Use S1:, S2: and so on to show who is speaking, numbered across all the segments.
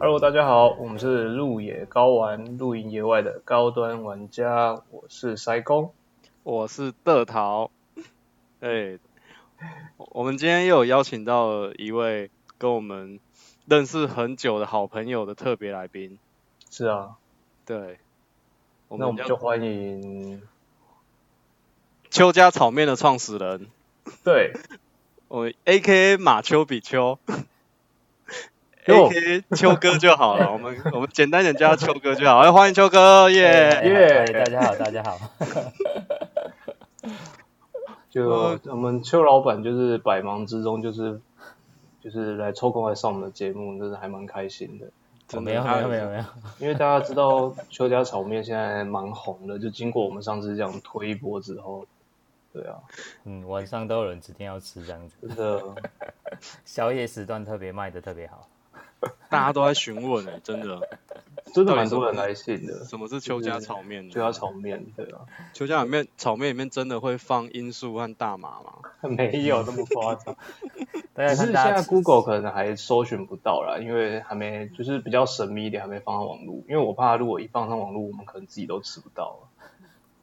S1: Hello，大家好，我们是路野高玩、露营野外的高端玩家，我是塞工。
S2: 我是乐 桃，对，我我们今天又有邀请到了一位跟我们认识很久的好朋友的特别来宾，
S1: 是啊，
S2: 对，我
S1: 那我们
S2: 叫
S1: 就欢迎，
S2: 邱家炒面的创始人，
S1: 对，
S2: 我们 A K A 马丘比 丘
S1: 哟
S2: ，A K A 秋哥就好了，我们我们简单点叫他秋哥就好，哎，欢迎秋哥，
S1: 嗨
S2: 耶、
S1: 耶
S3: 嗨大家好，大家 好。
S2: 呃
S1: 就我们邱老板就是百忙之中就是就是来抽空来上我们的节目，真的还蛮开心的。
S2: 真的
S3: 没有
S2: 他
S3: 没有没有没有，
S1: 因为大家知道邱家炒面现在蛮红的，就经过我们上次这样推一波之后，对啊，
S3: 嗯，晚上都有人指定要吃这样子，
S1: 真的。
S3: 宵夜时段特别卖的特别好。
S2: 大家都在询问、哎，真的，
S1: 真的蛮多人来信的，
S2: 什么是邱家炒面呢？
S1: 就要炒面，对啊，
S2: 邱家里面炒面里面真的会放罂粟和大麻吗？
S1: 没有那么夸张，只
S3: 大家
S1: 是
S3: 看
S1: 现
S3: 大家
S1: 在
S3: 吃
S1: Google 可能还搜寻不到啦，因为还没就是比较神秘一点，还没放上网络，因为我怕如果一放上网络，我们可能自己都吃不到了。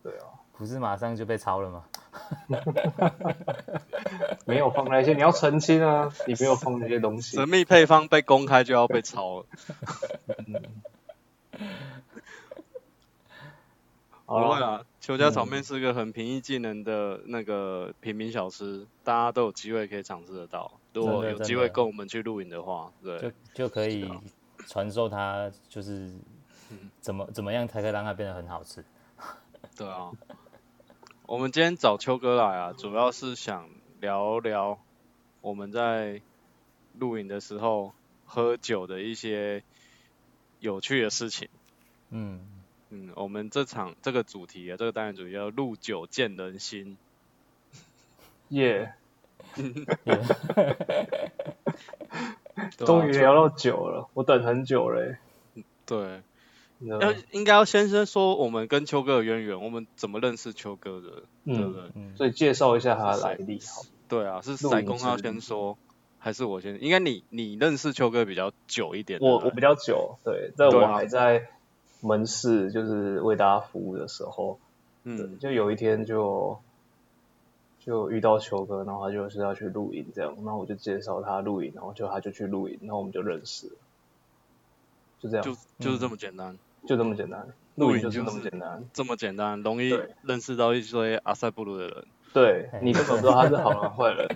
S1: 对啊，
S3: 不是马上就被抄了吗？
S1: 没有放那些，你要澄清啊，你没有放那些东西
S2: 神。秘配方被公开就要被抄 了。不
S3: 哦
S1: 好
S2: 会
S1: 了，
S2: 啊，邱家
S3: 嗯
S2: 炒面是个很平易近人的那个平民小吃，大家都有机会可以尝试得到。如果
S3: 真的
S2: 有
S3: 真
S2: 机会
S3: 的
S2: 跟我们去露营的话，对
S3: 就，就可以
S1: 啊
S3: 传授它，就是
S1: 嗯
S3: 怎么怎么样才可以让它变得很好吃。
S2: 对啊。我们今天找邱哥来啊，主要是想聊聊我们在露营的时候喝酒的一些有趣的事情。
S3: 嗯，
S2: 嗯，我们这场这个主题啊，这个单元主题叫“入酒见人心
S1: 耶，”，
S3: 嗯
S2: 对啊
S1: 终于聊到酒了，我等很久了欸。
S2: 对，
S1: 真的
S2: 要应该要先先说我们跟秋哥的渊源，我们怎么认识秋哥的，对不
S1: 嗯，
S2: 对？
S3: 嗯
S1: 所以介绍一下它的来历好了。
S2: 对啊，是
S1: 露
S2: 塞
S1: 营
S2: 工
S1: 之
S2: 要
S1: 旅
S2: 先说，还是我先？应该你你认识秋哥比较久一点，
S1: 我
S2: 对
S1: 我
S2: 不
S1: 比
S2: 对
S1: 较久，对，在我
S2: 对啊
S1: 还在门市就是为大家服务的时候，对
S2: 嗯，
S1: 就有一天就就遇到球哥，然后他就是要去露营这样，然后我就介绍他露营，然后就他就去露营，然后我们就认识了，就这样，
S2: 就
S1: 就
S2: 就是这么简单，
S1: 就这么简单，
S2: 露
S1: 露
S2: 营
S1: 营就是
S2: 就
S1: 这么
S2: 是
S1: 简单。
S2: 这么简单，容易
S1: 对
S2: 认识到一堆阿塞布鲁的人。
S1: 对
S3: 哎
S1: 你根本不知道他是好人坏人，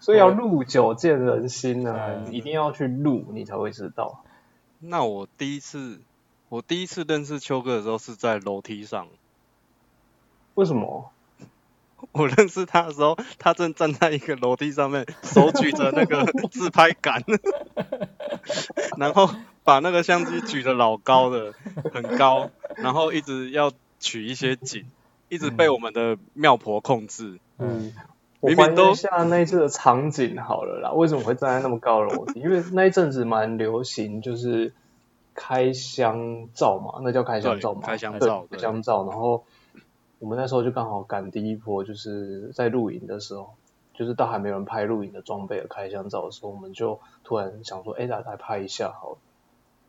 S1: 所以要露酒见人心啊，
S3: 嗯
S1: 你一定要去露，你才会知道。
S2: 那我第一次我第一次认识秋哥的时候是在楼梯上，
S1: 为什么？
S2: 我认识他的时候，他正站在一个楼梯上面，手举着那个自拍杆，然后把那个相机举得老高的，很高，然后一直要取一些景，一直被我们的妙婆控制。
S1: 嗯，我
S2: 明
S1: 还
S2: 明都
S1: 原一下那一次的场景好了啦。为什么会站在那么高的楼梯？因为那一阵子蛮流行，就是开箱照嘛，那叫开箱照嘛，
S2: 对开箱
S1: 对
S2: 照
S1: 开
S2: 对
S1: 箱照。然后我们那时候就刚好赶第一波，就是在露营的时候，就是到还没有人拍露营的装备的开箱照的时候，我们就突然想说，哎、来来拍一下好了。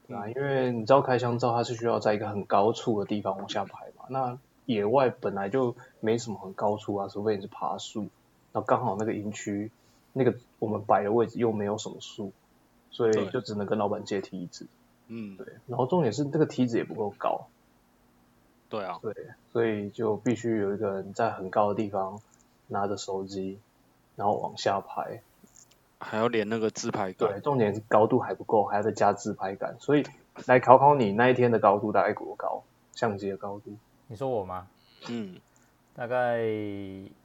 S1: 对
S2: 嗯
S1: 啊，因为你知道开箱照它是需要在一个很高处的地方往下拍嘛，那野外本来就没什么很高处啊，除非你是爬树，然后刚好那个营区那个我们摆的位置又没有什么树，所以
S2: 对
S1: 就只能跟老板借梯子。
S2: 嗯，
S1: 对，然后重点是这个梯子也不够高，
S2: 对啊，
S1: 所以就必须有一个人在很高的地方拿着手机，然后往下拍。
S2: 还要连那个自拍杆。
S1: 对，重点是高度还不够，还要再加自拍杆。所以来考考你那一天的高度大概多高？相机的高度？
S3: 你说我吗？
S2: 嗯，
S3: 大概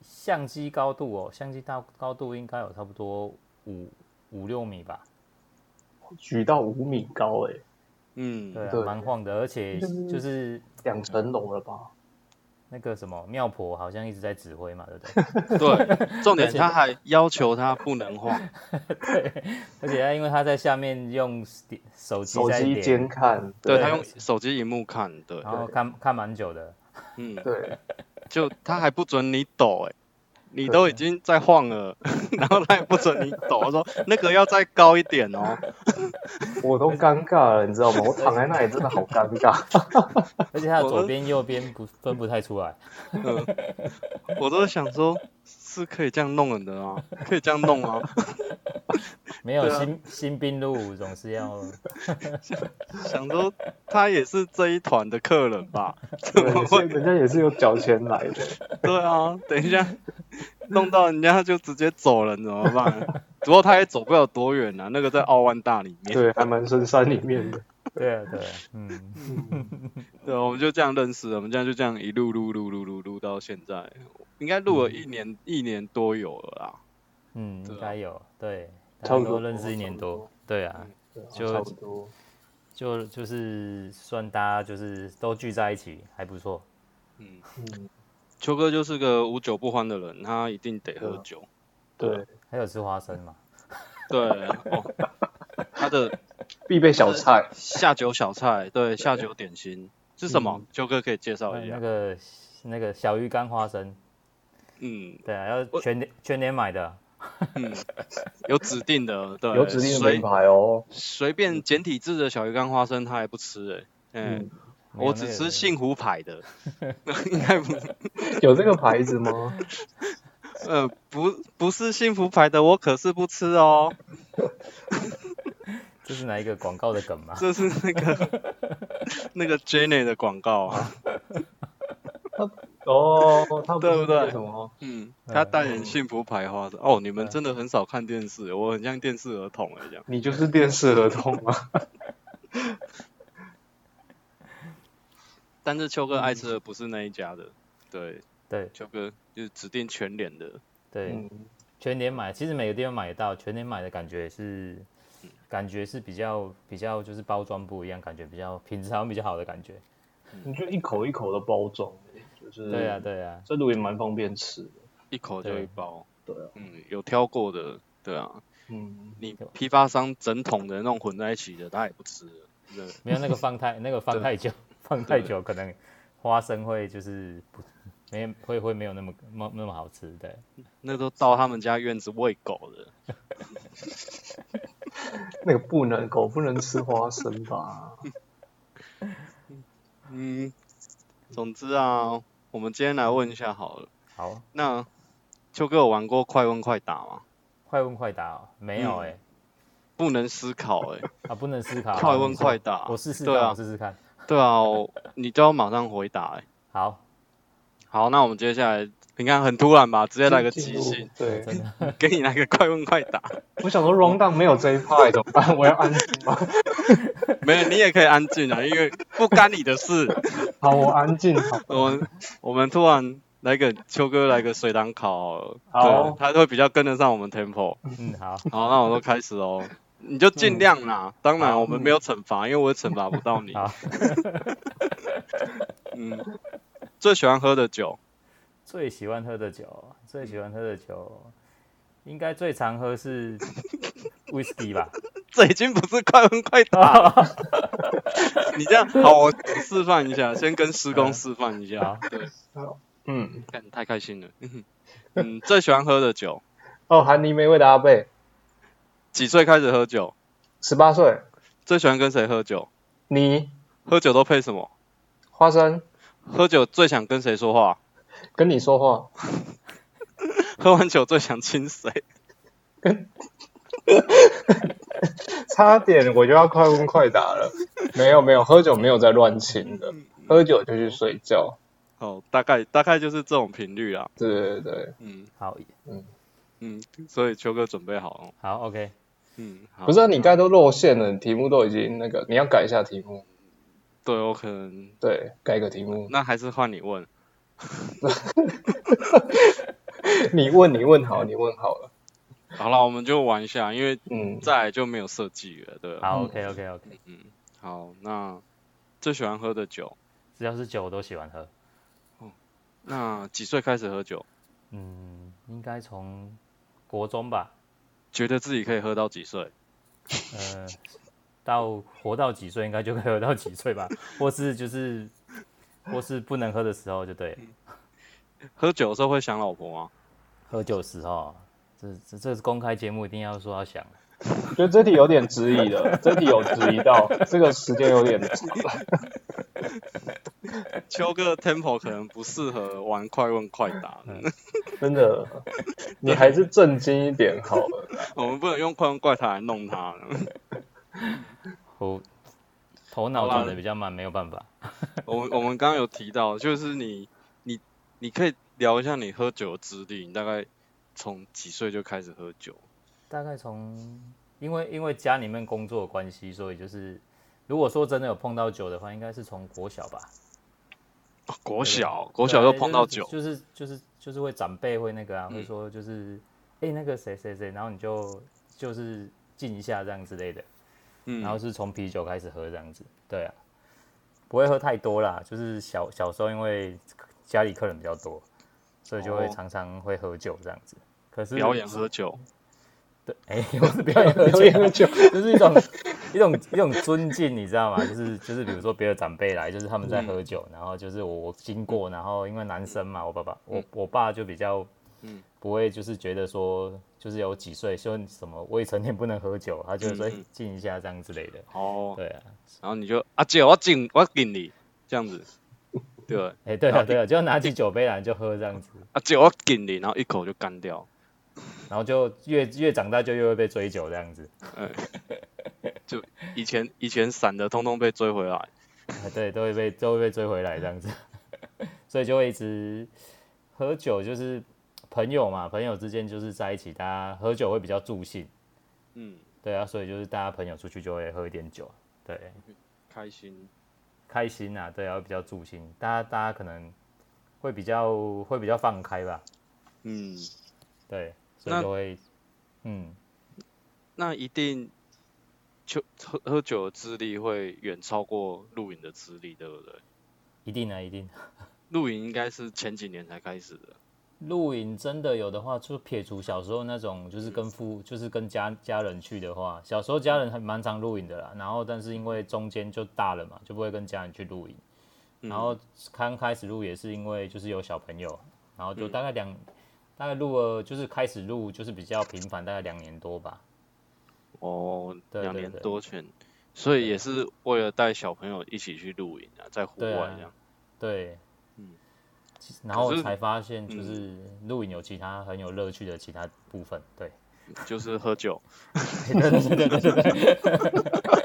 S3: 相机高度哦，相机大高度应该有差不多五五六米吧。
S1: 举到五米高欸诶、
S2: 嗯
S3: 对、啊，
S1: 对
S3: 蛮晃的，而且
S1: 就是
S3: 就是
S1: 两层楼了吧？
S3: 那个什么妙婆好像一直在指挥嘛，对不对？
S2: 对，重点他还要求他不能晃。
S3: 而且他因为他在下面用 sti- 手机
S1: 手
S3: 在
S1: 机
S3: 点
S1: 监，看，
S2: 对他用手机荧幕看，对，
S3: 然后看看蛮久的，
S2: 嗯，
S1: 对
S2: 就他还不准你抖、欸，你都已经在晃了， 然后他也不准你抖，他说那个要再高一点哦。
S1: 我都尴尬了，你知道吗？我躺在那里真的好尴尬。
S3: 而且它的
S2: 我
S3: 左
S2: 都
S3: 边右边不分不太出来，
S2: 我都想说，是可以这样弄人的啊，可以这样弄啊。
S3: 没有
S2: 对啊
S3: 新新兵入伍总是要
S2: 想说他也是这一团的客人吧？
S1: 对，所以人家也是有缴钱来的。
S2: 对啊，等一下弄到人家就直接走人怎么办？不过他也走不了多远啊，那个在奥万大里面。
S1: 对，还蛮深山里面的。
S3: 对啊对啊，嗯，
S2: 对，我们就这样认识了，我们这样就这样一路录录录录录到现在，应该录了一年、一年多有了啦。
S3: 嗯，
S2: 对啊
S3: 应该有，对，大
S1: 差
S3: 家
S1: 不
S3: 都
S1: 多
S3: 认识一年
S1: 差不
S3: 多，对啊，
S1: 对啊
S3: 就
S1: 差不多。
S3: 就就是算大家就是都聚在一起，还不错，
S2: 嗯，
S1: 嗯，
S2: 秋哥就是个无酒不欢的人，他一定得喝酒。
S1: 嗯对，
S3: 还有吃花生嘛，
S2: 对， 哦，他的
S1: 必备小菜。
S2: 下酒小菜，对，下酒点
S1: 嗯
S2: 心是什么？秋哥可以介绍
S3: 那
S1: 哎
S2: 一
S3: 那
S2: 下。
S3: 个那个小鱼干花生，
S2: 嗯
S3: 对啊，要
S2: 我
S3: 全年全年买的，
S2: 嗯，有指定的，对，
S1: 有指定的
S2: 随
S1: 名牌哦。
S2: 随便简体字的小鱼干花生他还不吃哎、嗯，
S1: 嗯，
S3: 没有
S2: 我
S3: 那
S2: 只
S3: 个
S2: 吃幸福 牌的，应该不
S1: 嗯有这个牌子吗？
S2: 呃，不，不是幸福牌的，我可是不吃哦。
S3: 这是哪一个广告的梗嘛？
S2: 这是那个 那个 Jenny 的广告啊，
S1: 哦，它不
S2: 对不
S1: 是
S2: 对
S1: 那个什么？
S2: 嗯，
S3: 嗯
S2: 他代言幸福牌花的。哦，你们
S3: 对
S2: 真的很少看电视，我很像电视儿童哎，这样。
S1: 你就是电视合同 啊。
S2: 但是秋哥爱吃的不是那一家的，对，
S3: 对
S2: 秋哥就是指定全脸的，
S3: 对，
S1: 嗯，
S3: 全年买，其实每个地方买得到，全年买的感觉是，感觉是比较比较就是包装不一样，感觉比较品质好像比较好的感觉。
S1: 你就一口一口的包装，
S2: 嗯
S1: 就是
S3: 对啊，对啊，
S1: 这路也蛮方便吃的。
S2: 一口就
S3: 对
S2: 一包。
S1: 对啊，
S2: 嗯，有挑过的，对啊，
S1: 嗯，
S2: 你
S3: 啊
S2: 批发商整桶的那种混在一起的，他也不吃了。对，
S3: 没有那个 放太那个放太久，放太久可能花生会就是不没会会没有那么那那么好吃。对，
S2: 那都到他们家院子喂狗的。
S1: 那个不能，狗不能吃花生吧？
S2: 嗯，总之啊，我们今天来问一下好了。
S3: 好，
S2: 那秋哥有玩过快问快打吗？
S3: 快问快答哦，没有
S2: 嗯
S3: 哎、
S2: 不能思考哎、
S3: 啊不能思考，
S2: 快
S3: 好
S2: 问
S3: 你说
S2: 快答
S3: 我试试看，
S2: 对啊
S3: 我试试看。
S2: 对啊，我你都要马上回答哎、
S3: 好，
S2: 好，那我们接下来，你看很突然吧，直接来个
S1: 进
S2: 即
S1: 入
S2: 兴，。
S1: 对，
S3: 真的
S2: 给你来个快问快答。
S1: 我想说 round down 没有这一派怎么办？我要安静吗？
S2: 没有，你也可以安静啊，因为不干你的事。
S1: 好，我安静。好
S2: 我们我们突然来个秋哥来个水档考，
S1: 好
S2: 对，他会比较跟得上我们 tempo。
S3: 嗯好，
S2: 好，那我都开始哦。你就
S1: 嗯
S2: 尽量啦，当然我们没有惩罚，因为我也惩罚不到你。
S3: 好，
S2: 嗯，最喜欢喝的酒，
S3: 最喜欢喝的酒，最喜欢喝的酒，应该最常喝是 whisky 吧？
S2: 这已经不是快问快答了。 你这样好，我示范一下，先跟施工示范一下。对，
S1: 嗯，
S2: 看太开心了。 嗯，最喜欢喝的酒，
S1: 哦，含泥没味的阿贝，
S2: 几岁开始喝酒？
S1: 十八岁，
S2: 最喜欢跟谁喝酒？
S1: 你
S2: 喝酒都配什么？
S1: 花生
S2: 喝酒最想跟谁说话？
S1: 跟你说话，
S2: 喝完酒最想亲谁？
S1: 差点我就要快问快答了。没有没有，喝酒没有在乱亲的，喝酒就去睡觉。
S2: 哦，大概大概就是这种频率啦。
S1: 对对对，
S2: 嗯
S3: 好，
S2: 嗯，所以秋哥准备好了。
S3: 好，OK，
S2: 嗯，好
S1: 不是、啊、你刚才都露馅了，题目都已经那个，你要改一下题目。
S2: 对我可能，
S1: 对，改个题目。
S2: 那还是换你问。
S1: 你问你问好，你问好了。
S2: 好了，我们就玩一下，因为
S1: 嗯，
S2: 再来就没有设计了，对吧？
S3: 好
S1: 嗯
S3: ，OK，OK，OK，、
S2: 好，那最喜欢喝的酒，
S3: 只要是酒我都喜欢喝。
S2: 那几岁开始喝酒？
S3: 嗯，应该从国中吧，
S2: 觉得自己可以喝到几岁？
S3: 呃，到活到几岁应该就可以喝到几岁吧，或是就是或是不能喝的时候就对了，
S2: 喝酒的时候会想老婆吗？
S3: 喝酒的时候，这这这是公开节目，一定要说要想。
S1: 我觉得这题有点质疑 了，这题有质疑到，这个时间有点长。
S2: 秋哥 tempo 可能不适合玩快问快答，
S3: 嗯
S1: 真的，你还是正经一点好了。
S2: 我们不能用快问快答来弄他。
S3: 我头脑转的比较慢，没有办法。
S2: 我们我们刚刚有提到，就是你你你可以聊一下你喝酒的资历，你大概从几岁就开始喝酒？
S3: 大概从因为因为家里面工作的关系，所以就是如果说真的有碰到酒的话，应该是从国小吧。啊
S2: 哦国小国小就碰到酒，嗯
S3: 就是就是就是会长辈会那个啊，会说就是哎、诶那个谁谁谁，然后你就就是敬一下这样之类的，
S2: 嗯
S3: 然后是从啤酒开始喝这样子，对啊，不会喝太多啦，就是小小时候因为家里客人比较多，所以就会
S2: 哦
S3: 常常会喝酒这样子。可是
S2: 表演喝酒，
S3: 对， 哎、我是表演喝酒，
S1: 酒，
S3: 就是一种 一种一种尊敬，你知道吗？就是就是比如说别的长辈来，就是他们在喝酒，然后就是我我经过，然后因为男生嘛，我爸爸我我爸就比较
S2: 嗯
S3: 不会就是觉得说就是有几岁说什么未成年不能喝酒，他就会说
S2: 嗯嗯
S3: 哎敬一下这样之类的。
S2: 哦，
S3: 对啊，
S2: 然后你就啊姐，我敬我敬你这样子，对不对，
S3: 哎、对啊，对啊，就拿起酒杯来就喝这样子，
S2: 啊姐，我敬你，然后一口就干掉，
S3: 然后就越越长大就越会被追酒这样子。
S2: 就以前以前散的通通被追回来，
S3: 啊， 对，都会被都会被追回来这样子， 所以就会一直喝酒，就是朋友嘛，朋友之间就是在一起，大家喝酒会比较助兴，
S2: 嗯，
S3: 对啊，所以就是大家朋友出去就会喝一点酒，对，
S2: 开心，
S3: 开心啊，对啊，会比较助兴，大家大家可能会比较会比较放开吧，
S2: 嗯。
S3: 对，所
S2: 那
S3: 以就会，嗯，
S2: 那一定就喝喝酒的资历会远超过露营的资历，对不对？
S3: 一定啊，一定。
S2: 露营应该是前几年才开始的，
S3: 露营真的有的话，就撇除小时候那种，就是跟
S2: 嗯
S3: 父，就是跟家家人去的话，小时候家人还蛮常露营的啦。然后，但是因为中间就大了嘛，就不会跟家人去露营。
S2: 嗯
S3: 然后刚开始录也是因为就是有小朋友，然后
S2: 嗯
S3: 就大概两，大概录了就是开始录就是比较频繁，大概两年多吧。
S2: 哦，
S3: 对
S2: 两
S3: 对
S2: 年
S3: 对
S2: 多前，所以也是为了带小朋友一起去露营啊，在户
S3: 对
S2: 外
S3: 啊
S2: 这样。
S3: 对，
S2: 嗯
S3: 其，然后
S2: 可是嗯
S3: 才发现就是露营有其他很有乐趣的其他部分。对，
S2: 就是喝酒。
S3: 对对对对对对。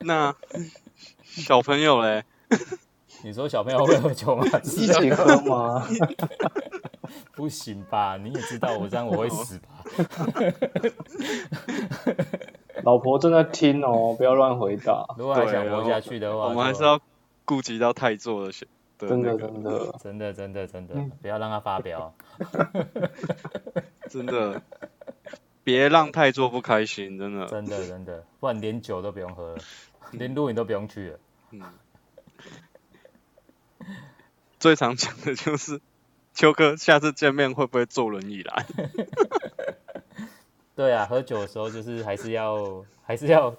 S2: 那小朋友嘞，
S3: 你说小朋友会喝酒 吗？
S1: 一起喝吗？
S3: 不行吧？你也知道我这样我会死吧？
S1: 老婆正在听哦，不要乱回答。
S3: 如果还想
S2: 对
S3: 活下去的话，
S2: 我们还
S3: 就是
S2: 要顾及到太座的选的
S1: 真
S2: 那
S1: 的
S2: 个，
S1: 真的，
S3: 真的真的真的不要让他 发飙。
S2: 真的，别让太座不开心，真的。
S3: 真的真的，不然连酒都不用喝 了，连露营都不用去了。
S2: 嗯最常讲的就是秋哥下次见面会不会坐轮椅来？
S3: 对啊，喝酒的时候就是还是要 还是要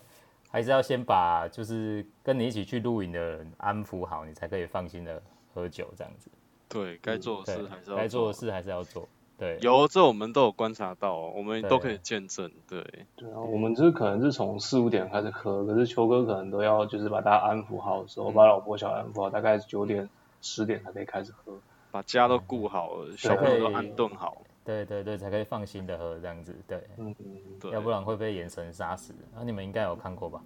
S3: 还是要先把就是跟你一起去露营的人安抚好，你才可以放心的喝酒这样子。
S2: 对，该做的
S3: 嗯对
S2: 事还是，要
S3: 该做的。事还是要做。对，
S2: 有，这我们都有观察到哦，我们
S3: 对
S2: 都可以见证。对，
S1: 对啊，我们就是可能是从四五点开始喝，可是秋哥可能都要就是把大家安抚好之后，把老婆小孩安抚好，大概九点十点才可以开始喝。
S2: 把家都顾好了，小朋友都安顿好。
S3: 对对对，才可以放心的喝这样子。对，
S1: 嗯，
S2: 对，
S3: 要不然会被眼神杀死。那、你们应该有看过吧？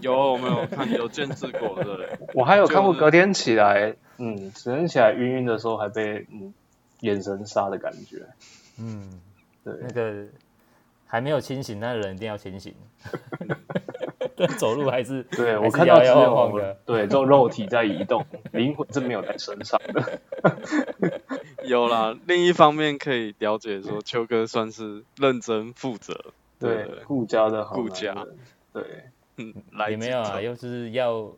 S2: 有我们有看有见识过， 对，
S1: 我还有看过
S2: 就是
S1: 隔天起来，嗯，隔天起来晕晕的时候还被嗯眼神杀的感觉。
S3: 嗯，
S1: 对，
S3: 那个还没有清醒，那个人一定要清醒。 但走路还是
S1: 对
S3: 还
S1: 我
S3: 是
S1: 看到
S3: 摇
S1: 只
S3: 摇晃
S1: 有
S3: 晃的。
S1: 对这种肉体在移动，灵魂是没有在身上的。
S2: 有啦。另一方面可以了解说，秋哥算是认真负责，
S1: 对，顾家的好
S2: 顾
S1: 男
S2: 家
S1: 人，对。
S2: 嗯，来
S3: 也没有啊，
S2: 自
S3: 又是要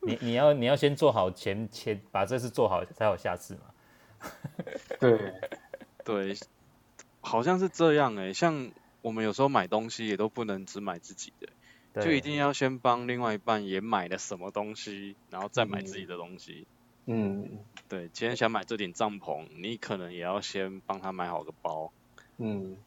S3: 你你要你要先做好前前把这次做好才有下次嘛。
S1: 对，
S2: 对，好像是这样诶、像我们有时候买东西也都不能只买自己的，
S3: 对
S2: 就一定要先帮另外一半也买了什么东西，然后再买自己的东西。
S1: 嗯
S2: 对，今天想买这顶帐篷，你可能也要先帮他买好个包。
S1: 嗯，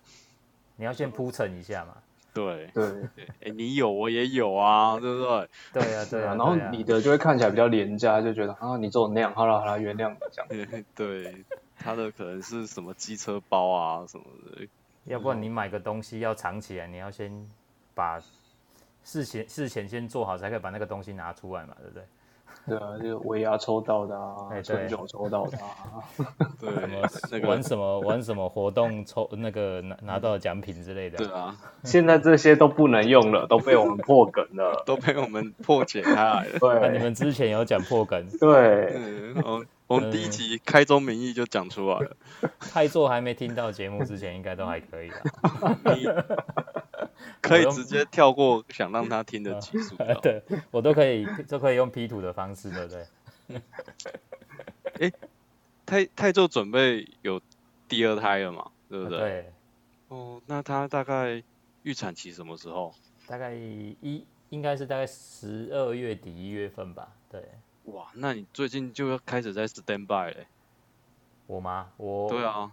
S3: 你要先铺陈一下嘛。
S2: 对，
S1: 对，
S2: 对，哎，你有我也有啊，对不对？
S3: 对啊，对啊。
S1: 然后
S3: 对啊
S1: 你的就会看起来比较廉价，就觉得啊，你只有那样，好了好了，原谅你这样。
S2: 对对，他的可能是什么机车包啊什么的，
S3: 要不然你买个东西要藏起来，你要先把事前事前先做好，才可以把那个东西拿出来嘛，对不对？
S1: 对啊，就尾牙抽到的啊，
S3: 哎对
S1: 春酒抽到的啊，
S2: 对
S3: 什么，
S2: 那
S3: 玩
S2: 个，
S3: 什么玩什么活动抽那个拿拿到的奖品之类的。
S2: 对啊，
S1: 现在这些都不能用了，都被我们破梗 了。
S2: 都被我们破解开来了。
S3: 那啊你
S1: 对
S3: 们之前有讲破梗，
S1: 对，
S2: 嗯，我们我们第一集开宗明义就讲出来了，
S3: 太座还没听到节目之前，应该都还可以啦。
S2: 你 可以直接跳过想让他听的集数。
S3: 对我都可以，都可以用 P 图的方式，对不对？
S2: 泰泰就准备有第二胎了嘛，对不对？
S3: 对，
S2: 哦，那他大概预产期什么时候？
S3: 大概一应该是大概十二月底一月份吧。对
S2: 哇，那你最近就要开始在 stand by 嘞、
S3: 我吗？我
S2: 对啊，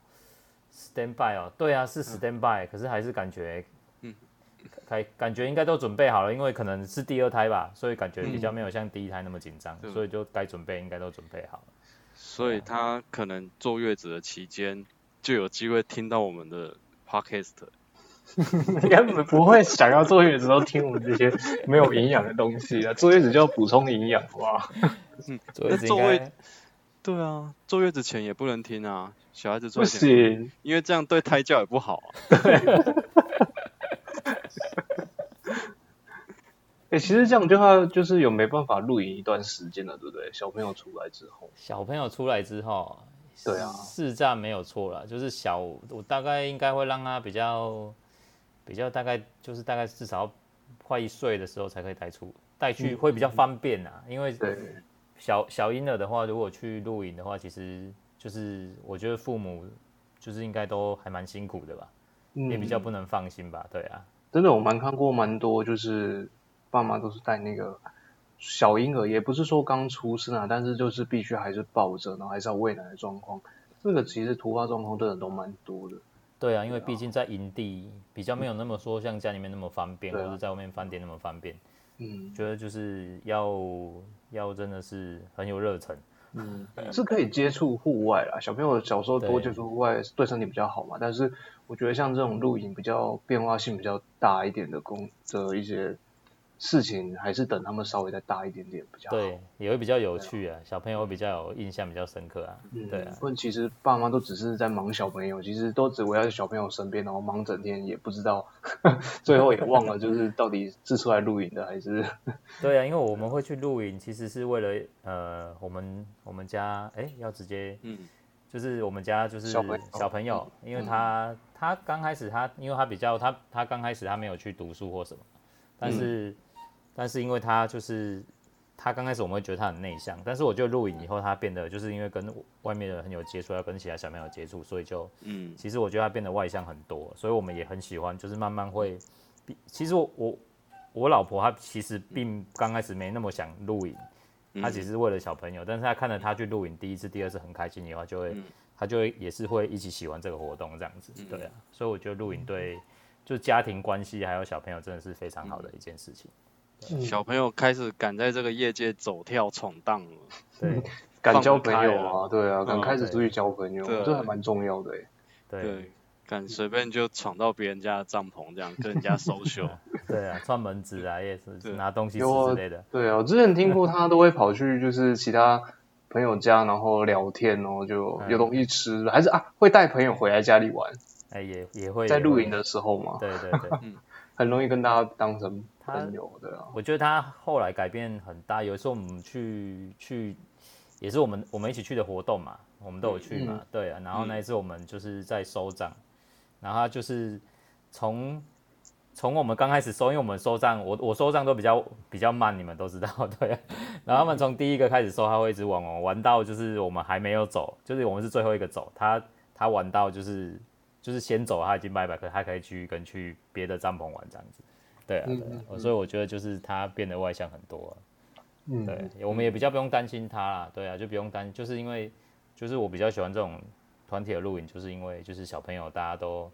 S3: stand by 哦，对啊，是 stand by，、可是还是感觉，
S2: 嗯
S3: 嗯，感感觉应该都准备好了，因为可能是第二胎吧，所以感觉比较没有像第一胎那么紧张，
S2: 对
S3: 所以就该准备应该都准备好了。
S2: 所以他可能坐月子的期间就有机会听到我们的 podcast。
S1: 根本不会想要坐月子都听我们这些没有营养的东西啊，坐月子就要补充营养，好不好？
S3: 所以应
S2: 座位
S3: 该
S2: 对啊，坐月子前也不能听啊，小孩子
S1: 不
S2: 坐前，
S1: 行，
S2: 因为这样对胎教也不好啊。
S1: 哎、其实这样就话就是有没办法露营一段时间了，对不对？小朋友出来之后，
S3: 小朋友出来之后，
S1: 对啊
S3: 是这样没有错啦，就是小我大概应该会让他比较比较大概就是大概至少要快一岁的时候才可以带出带去，会比较方便啊，因为
S1: 嗯对，
S3: 小小婴儿的话，如果去露营的话，其实就是我觉得父母就是应该都还蛮辛苦的吧，
S1: 嗯
S3: 也比较不能放心吧，对啊，
S1: 真的我蛮看过蛮多，就是爸妈都是带那个小婴儿，也不是说刚出生啊，但是就是必须还是抱着，然后还是要喂奶的状况，这个其实突发状况真的都蛮多的。
S3: 对啊，因为毕竟在营地比较没有那么说像家里面那么方便，
S1: 对啊
S3: 或者在外面饭店那么方便，
S1: 嗯
S3: 觉得就是要要真的是很有热忱，
S1: 嗯，是可以接触户外啦，小朋友小时候多
S3: 对
S1: 接触户外对身体比较好嘛。但是我觉得像这种露营比较变化性比较大一点的工的一些事情，还是等他们稍微再大一点点比较好。
S3: 对，也会比较有趣啊，小朋友会比较有印象，比较深刻啊，对啊，
S1: 嗯不然其实爸妈都只是在忙小朋友，其实都只围绕在小朋友身边，然后忙整天，也不知道， 最后也忘了就是到底是出来露营的还是
S3: 对啊，因为我们会去露营，其实是为了呃，我们我们家哎、要直接
S2: 嗯，
S3: 就是我们家就是
S1: 小朋友嗯
S3: 小朋友，因为他、他刚开始他因为他比较他他刚开始他没有去读书或什么，
S1: 嗯
S3: 但是、但是因为他就是他刚开始我们会觉得他很内向，但是我觉得录影以后他变得就是因为跟外面的人很有接触，要跟其他小朋友接触，所以就
S2: 嗯，
S3: 其实我觉得他变得外向很多，所以我们也很喜欢，就是慢慢会比。其实我我我老婆她其实并刚开始没那么想露营，
S1: 嗯
S3: 她只是为了小朋友，但是她看了他去露营第一次、第二次很开心以后，就
S1: 嗯
S3: 会、她就会也是会一起喜欢这个活动这样子，对啊。
S1: 嗯
S3: 所以我觉得露营对就家庭关系还有小朋友真的是非常好的
S1: 嗯
S3: 一件事情，
S2: 小朋友开始敢在这个业界走跳闯荡了。
S3: 对
S1: 敢交朋友啊，对
S3: 哦
S1: 啊，敢开始出去交朋友，
S3: 啊
S2: 对
S1: 这还蛮重要的欸。
S3: 对
S2: 对，敢随便就闯到别人家的帐篷，这样跟人 家 social，
S3: 对啊，串门子啊也是
S2: 对
S3: 拿东西吃
S1: 有啊
S3: 之类的，
S1: 对啊，我之前听过他都会跑去就是其他朋友家，然后聊天哦，然后就
S3: 嗯
S1: 有东西吃，还是啊会带朋友回来家里玩，
S3: 哎、也也会
S1: 在
S3: 也
S1: 露
S3: 会
S1: 营的时候嘛，
S3: 对对对。
S1: 很容易跟大家当成
S3: 他
S1: 朋友，对啊，
S3: 我觉得他后来改变很大，有时候我们去去，也是我们我们一起去的活动嘛，我们都有去嘛，对啊。然后那一次我们就是在收账，然后他就是从从我们刚开始收，因为我们收账，我我收账都比较比较慢，你们都知道， 对啊、然后他们从第一个开始收，他会一直玩玩玩到就是我们还没有走，就是我们是最后一个走，他他玩到就是就是先走，他已经拜拜，可他可以继续跟去
S1: 嗯
S3: 别的帐篷玩这样子。对啊，对啊，所以我觉得就是他变得外向很多、啊，
S1: 嗯，
S3: 对，我们也比较不用担心他啦，对啊，就不用担，就是因为就是我比较喜欢这种团体的露营，就是因为就是小朋友大家都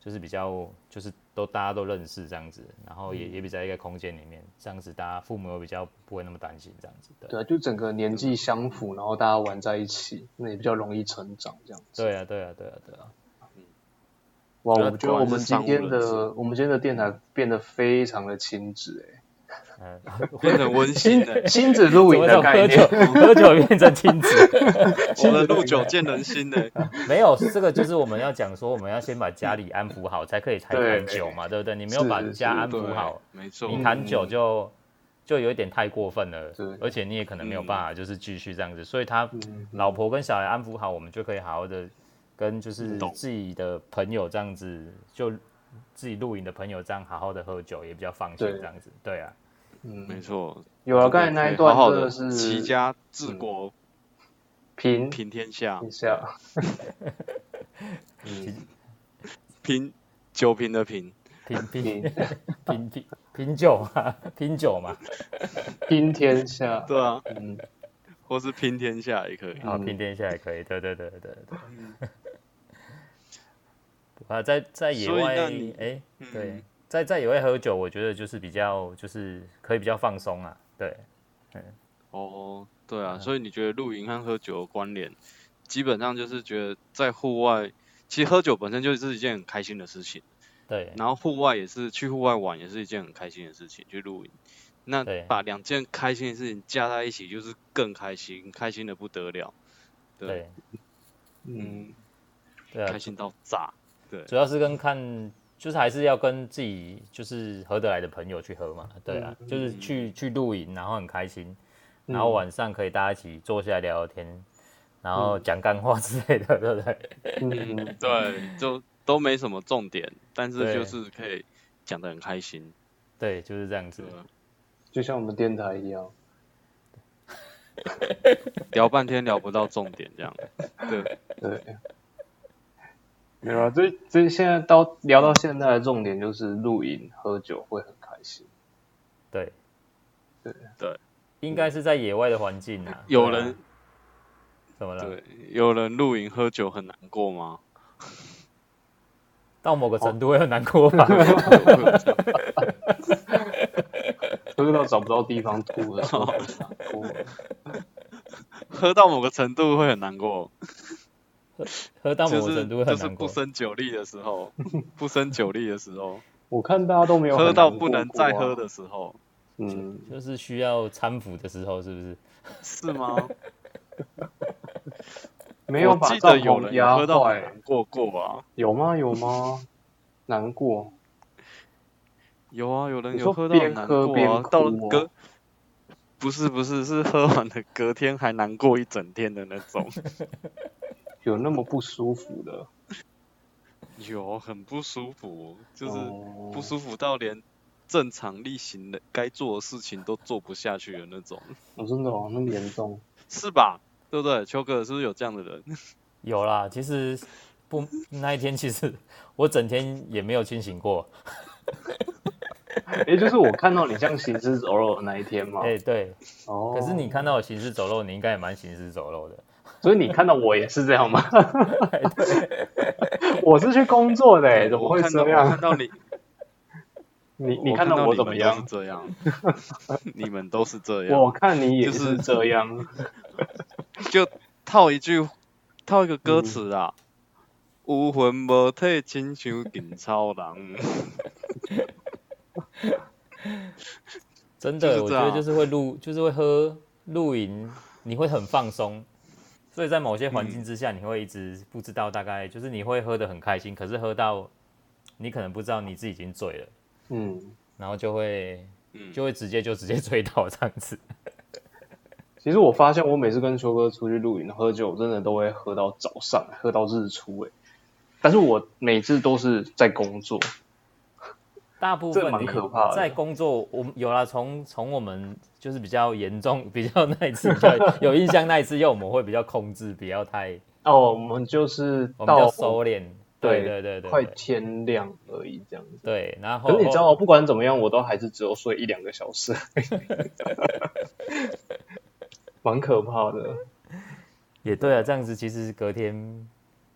S3: 就是比较就是都大家都认识这样子，然后
S1: 嗯
S3: 也也比在一个空间里面，这样子大家父母也比较不会那么担心这样子，对，
S1: 对啊，就整个年纪相符，然后大家玩在一起，那也比较容易成长这样子。
S3: 对啊，对啊，对啊，对啊，
S1: 哇，
S2: 对啊
S1: 我觉得我们今天
S2: 果然是商务人
S1: 的我们今天的电台变得非常的亲子 哎、
S3: 嗯，
S2: 真的很温馨的、
S1: 亲亲子露营
S3: 怎么
S1: 的
S3: 从
S1: 概
S3: 喝
S1: 念
S3: 酒， 喝酒变成亲子？
S2: 我们的路久见人心的、
S3: 没有，这个就是我们要讲说，我们要先把家里安抚好，才可以才
S1: 对
S3: 谈酒嘛，对不对？你没有
S1: 是
S3: 把
S1: 是嗯
S3: 家安抚
S2: 对
S3: 好，，
S2: 没错，
S3: 你谈久就就有一点太过分了
S1: 对，
S3: 而且你也可能没有办法就是继续这样子，所以他
S1: 嗯
S3: 老婆跟小孩安抚好，我们就可以好好的跟就是
S2: 懂
S3: 自己的朋友这样子，就自己露营的朋友这样好好的喝酒也比较放心，
S1: 对
S3: 这样子，对啊，
S2: 没
S1: 嗯，
S2: 错。
S1: 有啊，刚才那一段
S2: 好好
S1: 真
S2: 的
S1: 的是
S2: 齐家治国
S1: 平
S2: 平天下，
S1: 一下，
S2: 平九平的平，
S3: 拼拼
S1: 平
S3: 拼拼拼酒嘛， 拼酒嘛，
S1: 拼天 下，
S2: 对啊，
S1: 嗯，
S2: 或是拼天下也可以。
S3: 啊，拼天下也可以，对对对对对对。
S1: 嗯
S3: 啊，在在野
S2: 所以
S3: 外，
S2: 那
S3: 哎
S2: 你、
S3: 对
S2: 嗯，
S3: 在在野外喝酒，我觉得就是比较就是可以比较放松啊，对，
S2: 哦，对
S3: 嗯
S2: 啊，所以你觉得露营和喝酒的关联，基本上就是觉得在户外，其实喝酒本身就是一件很开心的事情，
S3: 对，
S2: 然后户外也是去户外玩也是一件很开心的事情，去露营。那
S3: 对
S2: 把两件开心的事情加在一起，就是更开心，开心的不得了。
S3: 对，
S1: 嗯，
S2: 嗯，
S3: 对啊
S2: 开，心到炸。对，
S3: 主要是跟看，就是还是要跟自己就是合得来的朋友去喝嘛，对啊，
S2: 嗯
S3: 就是去去露营，然后很开心，然后晚上可以大家一起坐下来聊聊天，然后
S2: 嗯
S3: 讲干话之类的，对不对？
S1: 嗯，
S2: 对，就都没什么重点，但是
S3: 对
S2: 就是可以讲得很开心。
S3: 对，就是这样子
S2: 对。啊吧，
S1: 就像我们电台一样，
S2: 聊半天聊不到重点，这样。对，
S1: 对，没有啊，这这现在到聊到现在的重点就是露营喝酒会很开心，
S3: 对，
S1: 对
S2: 对，
S3: 应该是在野外的环境啊。
S2: 有
S3: 对啊
S2: 人
S3: 怎么了？
S2: 对，有人露营喝酒很难过吗？
S3: 到某个程度会很难过 吧？
S1: 喝到找不到地方吐 的时候，吐
S2: 喝到某个程度会很难过，
S3: 喝到某
S2: 就
S3: 个
S2: 是
S3: 程度会
S2: 就
S3: 很
S2: 是
S3: 难
S2: 不
S3: 过。
S2: 胜酒力的时 候，不胜酒力的时候，
S1: 我看大家都没有很
S2: 喝到
S1: 难
S2: 不
S1: 过
S2: 能
S1: 过
S2: 再
S1: 啊
S2: 喝，的时候，
S1: 嗯，
S3: 就是需要搀扶的时候，是不是？
S2: 是吗？
S1: 没有
S2: 我
S1: 把
S2: 记
S1: 帐
S2: 得有
S1: 篷
S2: 人
S1: 压
S2: 有喝到很
S1: 坏
S2: 难，过过啊，
S1: 有吗？有吗？难过，
S2: 有啊，有人
S1: 你
S2: 有
S1: 说
S2: 喝到很
S1: 边
S2: 难
S1: 喝
S2: 过
S1: 边
S2: 啊，到
S1: 哭
S2: 了
S1: 哦
S2: 隔。不是不是，是喝完了隔天还难过一整天的那 种，
S1: 有那么不舒服的，
S2: 有很不舒服，就是
S1: 哦
S2: 不舒服到连正常例行的该做的事情都做不下去的那种，
S1: 我真的哦，那么严重，
S2: 是吧？对不对？秋哥是不是有这样的人？
S3: 有啦，其实不那一天，其实我整天也没有清醒过。
S1: 也就是我看到你像行尸走肉的那一天嘛，
S3: 哎、对，
S1: 哦，
S3: 可是你看到我行尸走肉，你应该也蛮行尸走肉的。
S1: 所以你看到我也是这样 吗？ 我是去工作的、哎怎么
S2: 我
S1: 会
S2: 看到
S1: 这
S2: 我看
S1: 样？
S2: 到你，
S1: 你
S2: 我
S1: 看
S2: 看到
S1: 我
S2: 你
S1: 怎么
S2: 们都是
S1: 样？
S2: 这样， 你们都是这样。
S1: 我看你也
S2: 就是
S1: 是这 样。
S2: 就套一句，套一个
S1: 嗯
S2: 歌词啊，无魂无体，亲像锦 超人。
S3: 真
S2: 就是
S3: 的，我
S2: 这
S3: 觉得
S2: 样
S3: 就是会露，就是会喝露营，你会很放松。所以在某些环境之下，你会一直不知道大概，就是你会喝得很开心，可是喝到你可能不知道你自己已经醉了，
S1: 嗯，
S3: 然后就会
S2: 嗯，
S3: 就会直接就直接醉倒这样 子。
S1: 其实我发现我每次跟秋哥出去露营喝酒，真的都会喝到早上，喝到日出、欸。但是我每次都是在工作。
S3: 大部
S1: 这
S3: 分
S1: 蛮
S3: 你
S1: 可怕的
S3: 在工作，我们有啦，从从我们就是比较严重、 比较那一次比较有印象那一次，要我们会比较控制，不要太
S1: 哦，我们就是
S3: 我们比较
S1: 到
S3: 收敛。对对对对，
S1: 快
S3: 对
S1: 天亮而已这样子。
S3: 对，然后
S1: 可是你知道，不管怎么样，我都还是只有睡一两个小 时，蛮可怕的。
S3: 也对啊，这样子其实隔天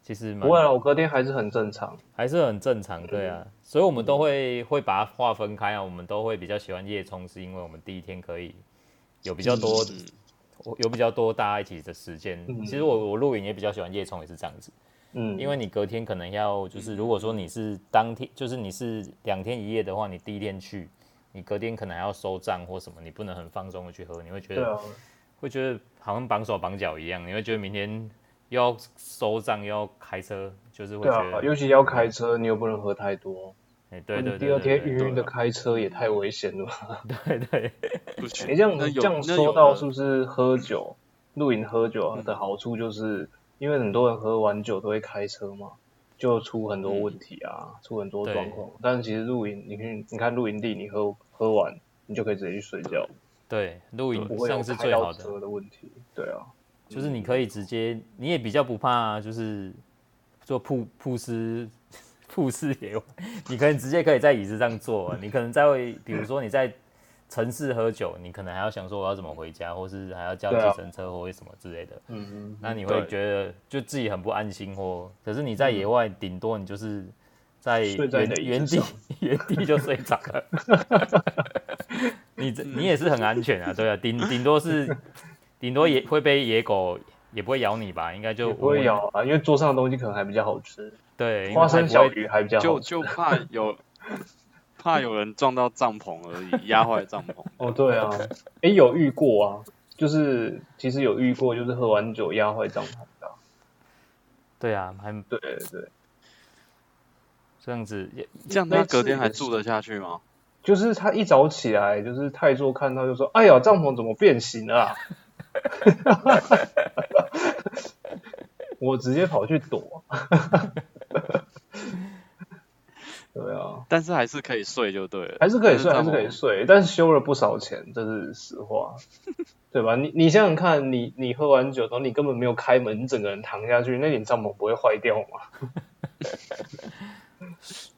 S3: 其实蛮
S1: 不会啊，我隔天还是很正常。
S3: 还是很正常，对啊，所以我们都会会把它划分开啊，我们都会比较喜欢夜冲，是因为我们第一天可以有比较多
S2: 嗯，
S3: 有比较多大家一起的时间。
S1: 嗯
S3: 其实我我露营也比较喜欢夜冲，也是这样子，
S1: 嗯，
S3: 因为你隔天可能要就是如果说你是当天就是你是两天一夜的话，你第一天去，你隔天可能还要收账或什么，你不能很放松的去喝，你会觉
S1: 对
S3: 得
S1: 啊，
S3: 会觉得好像绑手绑脚一样，你会觉得明天又要收账又要开车，就是会
S1: 对
S3: 觉
S1: 啊，
S3: 得
S1: 尤其要开车，你又不能喝太多。
S3: 哎、对对对对
S1: 第二天
S3: 对
S1: 晕
S3: 对
S1: 晕的开车也太危险了吧。
S3: 对对，
S2: 不行。
S1: 你这样
S2: 那有
S1: 这样
S2: 那
S1: 说
S2: 有
S1: 到
S2: 的
S1: 是不是喝酒露营喝酒
S3: 嗯
S1: 啊的好处，就是因为很多人喝完酒都会开车嘛，就出很多
S3: 嗯
S1: 问题啊，出很多状况。但其实露营，你看你看露营地，你喝喝完你就可以直接去睡觉，
S3: 对，露营
S1: 不会有
S3: 上是
S1: 开
S3: 最好
S1: 到
S3: 的，
S1: 车的问题。对啊，
S3: 就是你可以直接，你也比较不怕，就是做曝曝尸曝尸野外，你可能直接可以在椅子上坐、你可能在会，比如说你在城市喝酒，你可能还要想说我要怎么回家，或是还要叫
S1: 对啊
S3: 计程车或者什么之类的，
S1: 嗯，
S3: 那你会
S2: 对
S3: 觉得就自己很不安心或，可是你在野外顶多你就是。在
S1: 嗯睡在你
S3: 原
S1: 的椅子
S3: 原地原地就睡着了， 你这
S1: 嗯
S3: 你也是很安全啊，对啊，顶顶多是顶多也会被野狗，也不会咬你吧？应该就
S1: 也不会，咬啊，因为桌上的东西可能还比较好吃，
S3: 对，
S1: 花生小
S3: 应该不会
S1: 鱼还比较好
S2: 就
S1: 吃。
S2: 就怕有怕有人撞到帐篷而已，压坏帐 篷。
S1: 哦，对啊，诶，有遇过啊，就是其实有遇过，就是喝完酒压坏帐篷的啊。
S3: 对啊，还
S1: 对对。
S3: 这样子也
S2: 这样
S1: 那
S2: 他
S1: 次
S2: 隔
S1: 也
S2: 天还
S1: 是
S2: 住得下去吗？
S1: 就是他一早起来，就是泰座看到就说：“哎呀，帐篷怎么变形了、啊？” 我直接跑去躲。 对啊，
S2: 但是还是可以睡就对了，
S1: 还是可以睡，还
S2: 但
S1: 是
S2: 帐
S1: 可以
S2: 篷
S1: 睡，但是修了不少钱，这是实 话，对吧？你你想想看，你你喝完酒，然后你根本没有开门，你整个人躺下去，那你帐篷不会坏掉吗？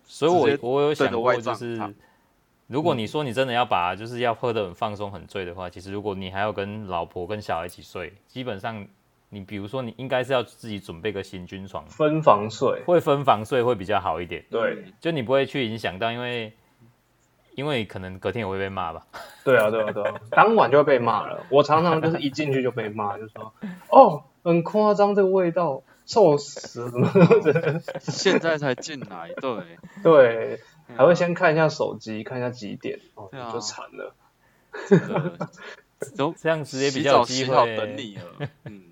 S3: 所以
S2: 直
S3: 我
S2: 接
S3: 我有想
S2: 对着
S3: 过，
S2: 外嗯
S3: 就
S2: 帐
S3: 是
S2: 躺
S3: 如果你说你真的要把就是要喝得很放松很醉的话，其实如果你还要跟老婆跟小孩一起睡，基本上你比如说你应该是要自己准备个行军床，
S1: 分房睡，
S3: 会分房睡会比较好一点，
S1: 对
S3: 就你不会去影响到，因为因为可能隔天也会被骂吧。
S1: 对啊，对啊，对 啊，当晚就会被骂了。我常常就是一进去就被骂，就 说哦，很夸张，这个味道臭死了，怎 么
S2: 现在才进来， 对，
S1: 对，还会先看一下手机，看一下几点，哦，
S2: 嗯对啊
S1: 你就惨了。
S2: 真的都
S3: 这样子也比
S2: 洗
S3: 较有
S2: 澡
S3: 机
S2: 洗
S3: 会
S2: 好等你了， 嗯，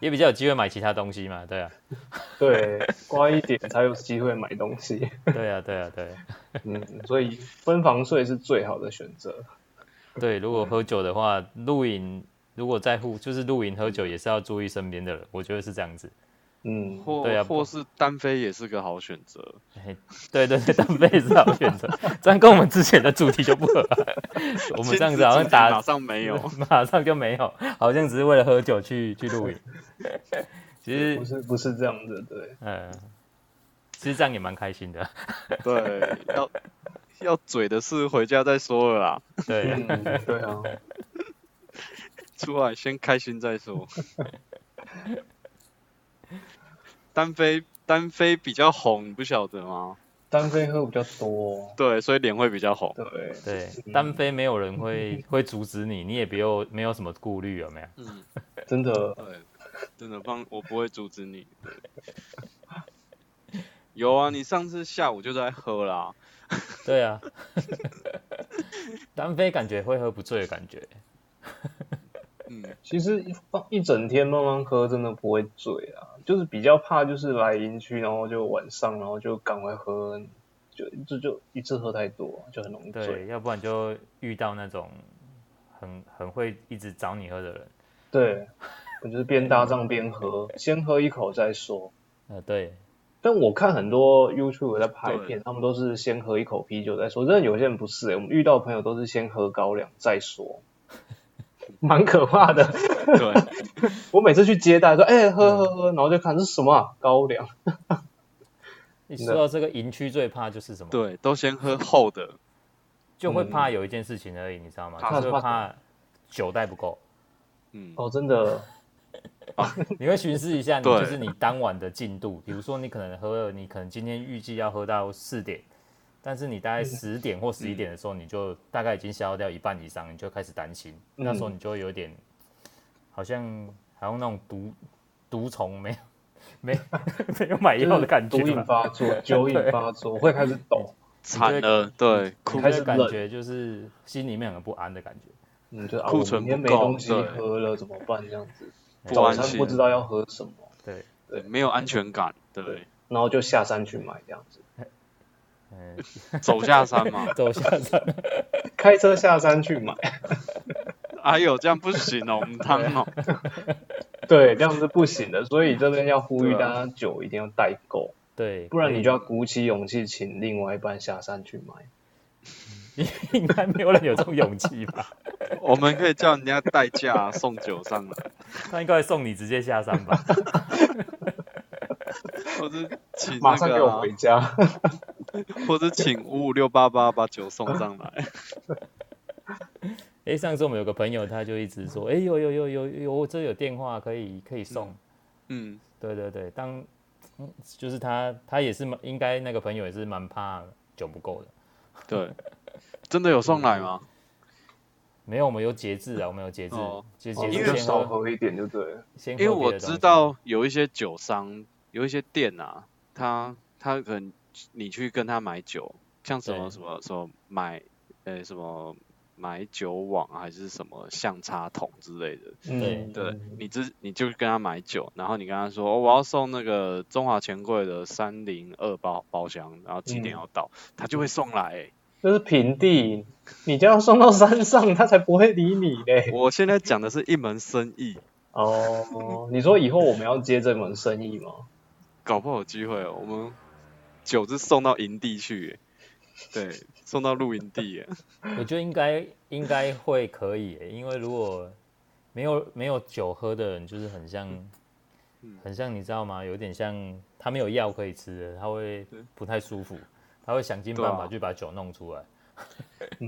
S3: 也比较有机会买其他东西嘛，对啊，
S1: 对，乖一点才有机会买东西。
S3: 对啊，对啊，对啊
S1: 嗯，所以分房睡是最好的选择。
S3: 对。如果喝酒的话，露营如果在乎就是露营喝酒也是要注意身边的人，我觉得是这样子。
S1: 嗯，
S2: 或
S3: 对啊不
S2: 或是单飞也是个好选择，
S3: 嘿对对对，单飞是好选择，这样跟我们之前的主题就不合。我们这样子好像
S2: 亲子主题马
S3: 打
S2: 上没有，
S3: 马上就没有，好像只是为了喝酒去去露营。其实
S1: 不，是不是这样子， 对，
S3: 嗯、其实这样也蛮开心的。
S2: 对，要要嘴的事回家再说了啦，
S3: 对啊、
S1: 嗯，对啊，
S2: 出来先开心再 说。单飞单飞比较红，你不晓得吗？
S1: 单飞喝比较多。
S2: 对，所以脸会比较红。
S1: 对，
S3: 对，单飞没有人会会阻止你，你也不用没有什么顾虑，有没有？
S2: 嗯，
S1: 真的
S2: 对，真的放我不会阻止你。对有啊，你上次下午就在喝啦。
S3: 对 啊，单飞感觉会喝不醉的感觉，
S2: 嗯，
S1: 其实一放一整天慢慢喝，真的不会醉啊。就是比较怕，就是来营区，然后就晚上，然后就赶快喝，就就就一次喝太多，就很容易醉。
S3: 对，要不然就遇到那种很很会一直找你喝的人，
S1: 对，我就是边搭帐边喝，先喝一口再说。
S3: 呃，对，
S1: 但我看很多 YouTube 在拍
S2: 对
S1: 片，他们都是先喝一口啤酒再说。真的有些人不是、欸，我们遇到的朋友都是先喝高粱再说， 蛮可怕的。
S2: 对，嗯
S1: 我每次去接待说，哎、喝喝喝，然后就看这是什么、啊、高粱，
S3: 你说到这个营区最怕就是什么？
S2: 对，都先喝厚的，
S3: 就会怕有一件事情而已，你知道吗？
S2: 怕
S3: 就是会
S1: 怕
S3: 怕酒带不够，
S2: 嗯，
S1: 哦，真 的，
S3: 你会巡视一下你
S2: 对
S3: 就是你当晚的进度，比如说你可能喝了，你可能今天预计要喝到四点，但是你大概十点或十一点的时候，你就大概已经消耗掉一半以上，你就开始担心，
S1: 嗯
S3: 那时候你就会有点好像好像那种毒毒虫没有 没没有买药的感觉
S1: 毒瘾
S3: 吧，
S1: 发 作，酒瘾发作，会开始抖，
S2: 惨了，对，
S3: 你
S2: 哭
S3: 就
S1: 开
S3: 会
S1: 始
S3: 感
S1: 冷
S3: 觉就是心里面很不安的感觉。
S1: 嗯，就是啊，
S2: 库
S1: 我
S2: 存
S1: 明天没
S2: 不够
S1: 东西
S2: 对
S1: 喝了怎么办？这样子，
S2: 不
S1: 早
S2: 安
S1: 餐
S2: 心，
S1: 不知道要喝什么，
S3: 对，
S2: 没有安全感，对，
S1: 然后就下山去买这样子，
S3: 嗯，
S2: 走下山嘛，
S3: 走下山，
S1: 开车下山去买，
S2: 哎呦，这样不行哦，我们汤哦，
S1: 对，这样是不行的，所以这边要呼吁
S2: 对
S1: 大
S2: 啊
S1: 家酒一定要带够，
S3: 对，
S1: 不然
S3: 可以
S1: 你就要鼓起勇气请另外一半下山去买。
S3: 应该没有人有这种勇气吧？
S2: 我们可以叫人家代驾啊送酒上来，
S3: 他应该会送你直接下山吧？
S2: 或者请
S1: 马
S2: 那
S1: 上给
S2: 个
S1: 我
S2: 啊、
S1: 回 家，
S2: 或者请五五六八八把酒送上来，
S3: 哎、上次我们有个朋友，他就一直说，哎、有有有有有，我这有电话可以可以送。
S2: 嗯，
S3: 对对对，当嗯就是他他也是蛮应该那个朋友也是蛮怕酒不够的。
S2: 对，真的有送来吗？
S3: 没有，我们有节制啊，我们有节制
S2: 哦，
S3: 节
S1: 哦
S3: 节
S2: 因
S1: 你
S2: 为
S3: 制
S1: 就
S3: 先
S1: 少
S3: 喝，
S1: 喝一点就对了。
S3: 先
S2: 因
S3: 喝
S2: 为
S3: 别
S2: 我
S3: 的东
S2: 知
S3: 西
S2: 道有一些酒商，有一些店啊，他他可能你去跟他买酒，像什么
S3: 对
S2: 什么什么买，呃，什么买酒网啊还是什么橡插桶之类的，
S3: 对
S1: 嗯，
S2: 对你之你就跟他买酒，然后你跟他说、哦我要送那个中华钱柜的三零二包包厢，然后几点
S1: 嗯
S2: 要到，他就会送来欸、
S1: 这是平地，你这样送到山上，他才不会理你嘞。
S2: 我现在讲的是一门生意，
S1: 哦，你说以后我们要接这门生意吗？
S2: 搞不好有机会、哦，我们酒是送到营地去欸、对，送到露营地、 欸，
S3: 我觉得应该应该会可以耶，因为如果没有没有酒喝的人，就是很像，
S2: 嗯
S3: 很像你知道吗？有点像他没有药可以吃的，他会不太舒服，他会想尽办
S2: 对
S3: 法
S2: 啊
S3: 去把酒弄出 来。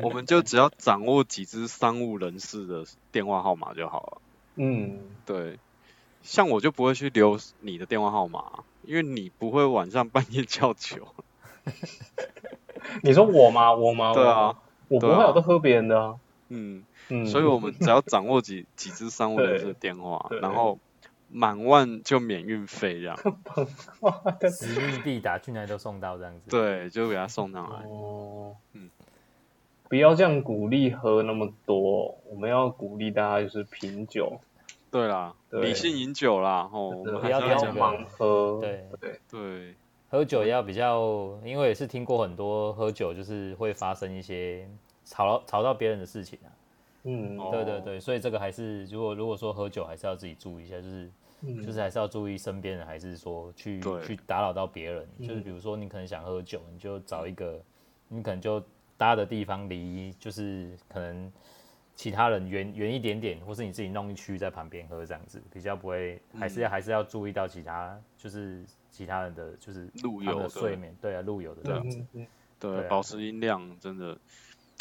S2: 我们就只要掌握几支商务人士的电话号码就好了。
S1: 嗯，
S2: 对，像我就不会去留你的电话号码啊，因为你不会晚上半夜叫酒。
S1: 你说我吗？我吗？
S2: 对
S1: 我
S2: 啊
S1: 吗，，我不会
S2: 对啊
S1: 啊，我都喝别人的啊。
S2: 嗯，
S1: 嗯，
S2: 所以我们只要掌握几几支商务人士的电话，
S1: 对对
S2: 然后满万就免运 费这样，
S3: 使命必达，去哪里都送到这样子。，
S2: 对，就给他送上来。
S1: 哦，
S2: 嗯
S1: 不要这样鼓励喝那么多，我们要鼓励大家就是品酒，
S2: 对啦，
S1: 对
S2: 理性饮酒啦，吼，我们
S1: 不
S2: 还
S1: 要
S2: 是
S1: 不
S3: 要
S1: 要
S3: 这个
S1: 盲喝。
S3: 对
S1: 对，
S2: 对，
S3: 喝酒也要比较，因为也是听过很多喝酒就是会发生一些吵到吵到别人的事情啊。
S1: 嗯，
S2: 哦
S3: 对对对，所以这个还是如果如果说喝酒还是要自己注意一下，就是
S1: 嗯
S3: 就是还是要注意身边人，还是说去
S2: 对
S3: 去打扰到别人。就是比如说你可能想喝酒，你就找一个，你可能就搭的地方离就是可能其他人远远一点点，或是你自己弄一区在旁边喝这样子，比较不会，还是、还是要注意到其他就是其他人的就是
S2: 路
S3: 他们
S2: 友
S3: 的
S2: 的
S3: 睡眠，对啊，路友的这样子，
S1: 嗯嗯
S2: 对，
S3: 对啊
S2: 保持音量真的，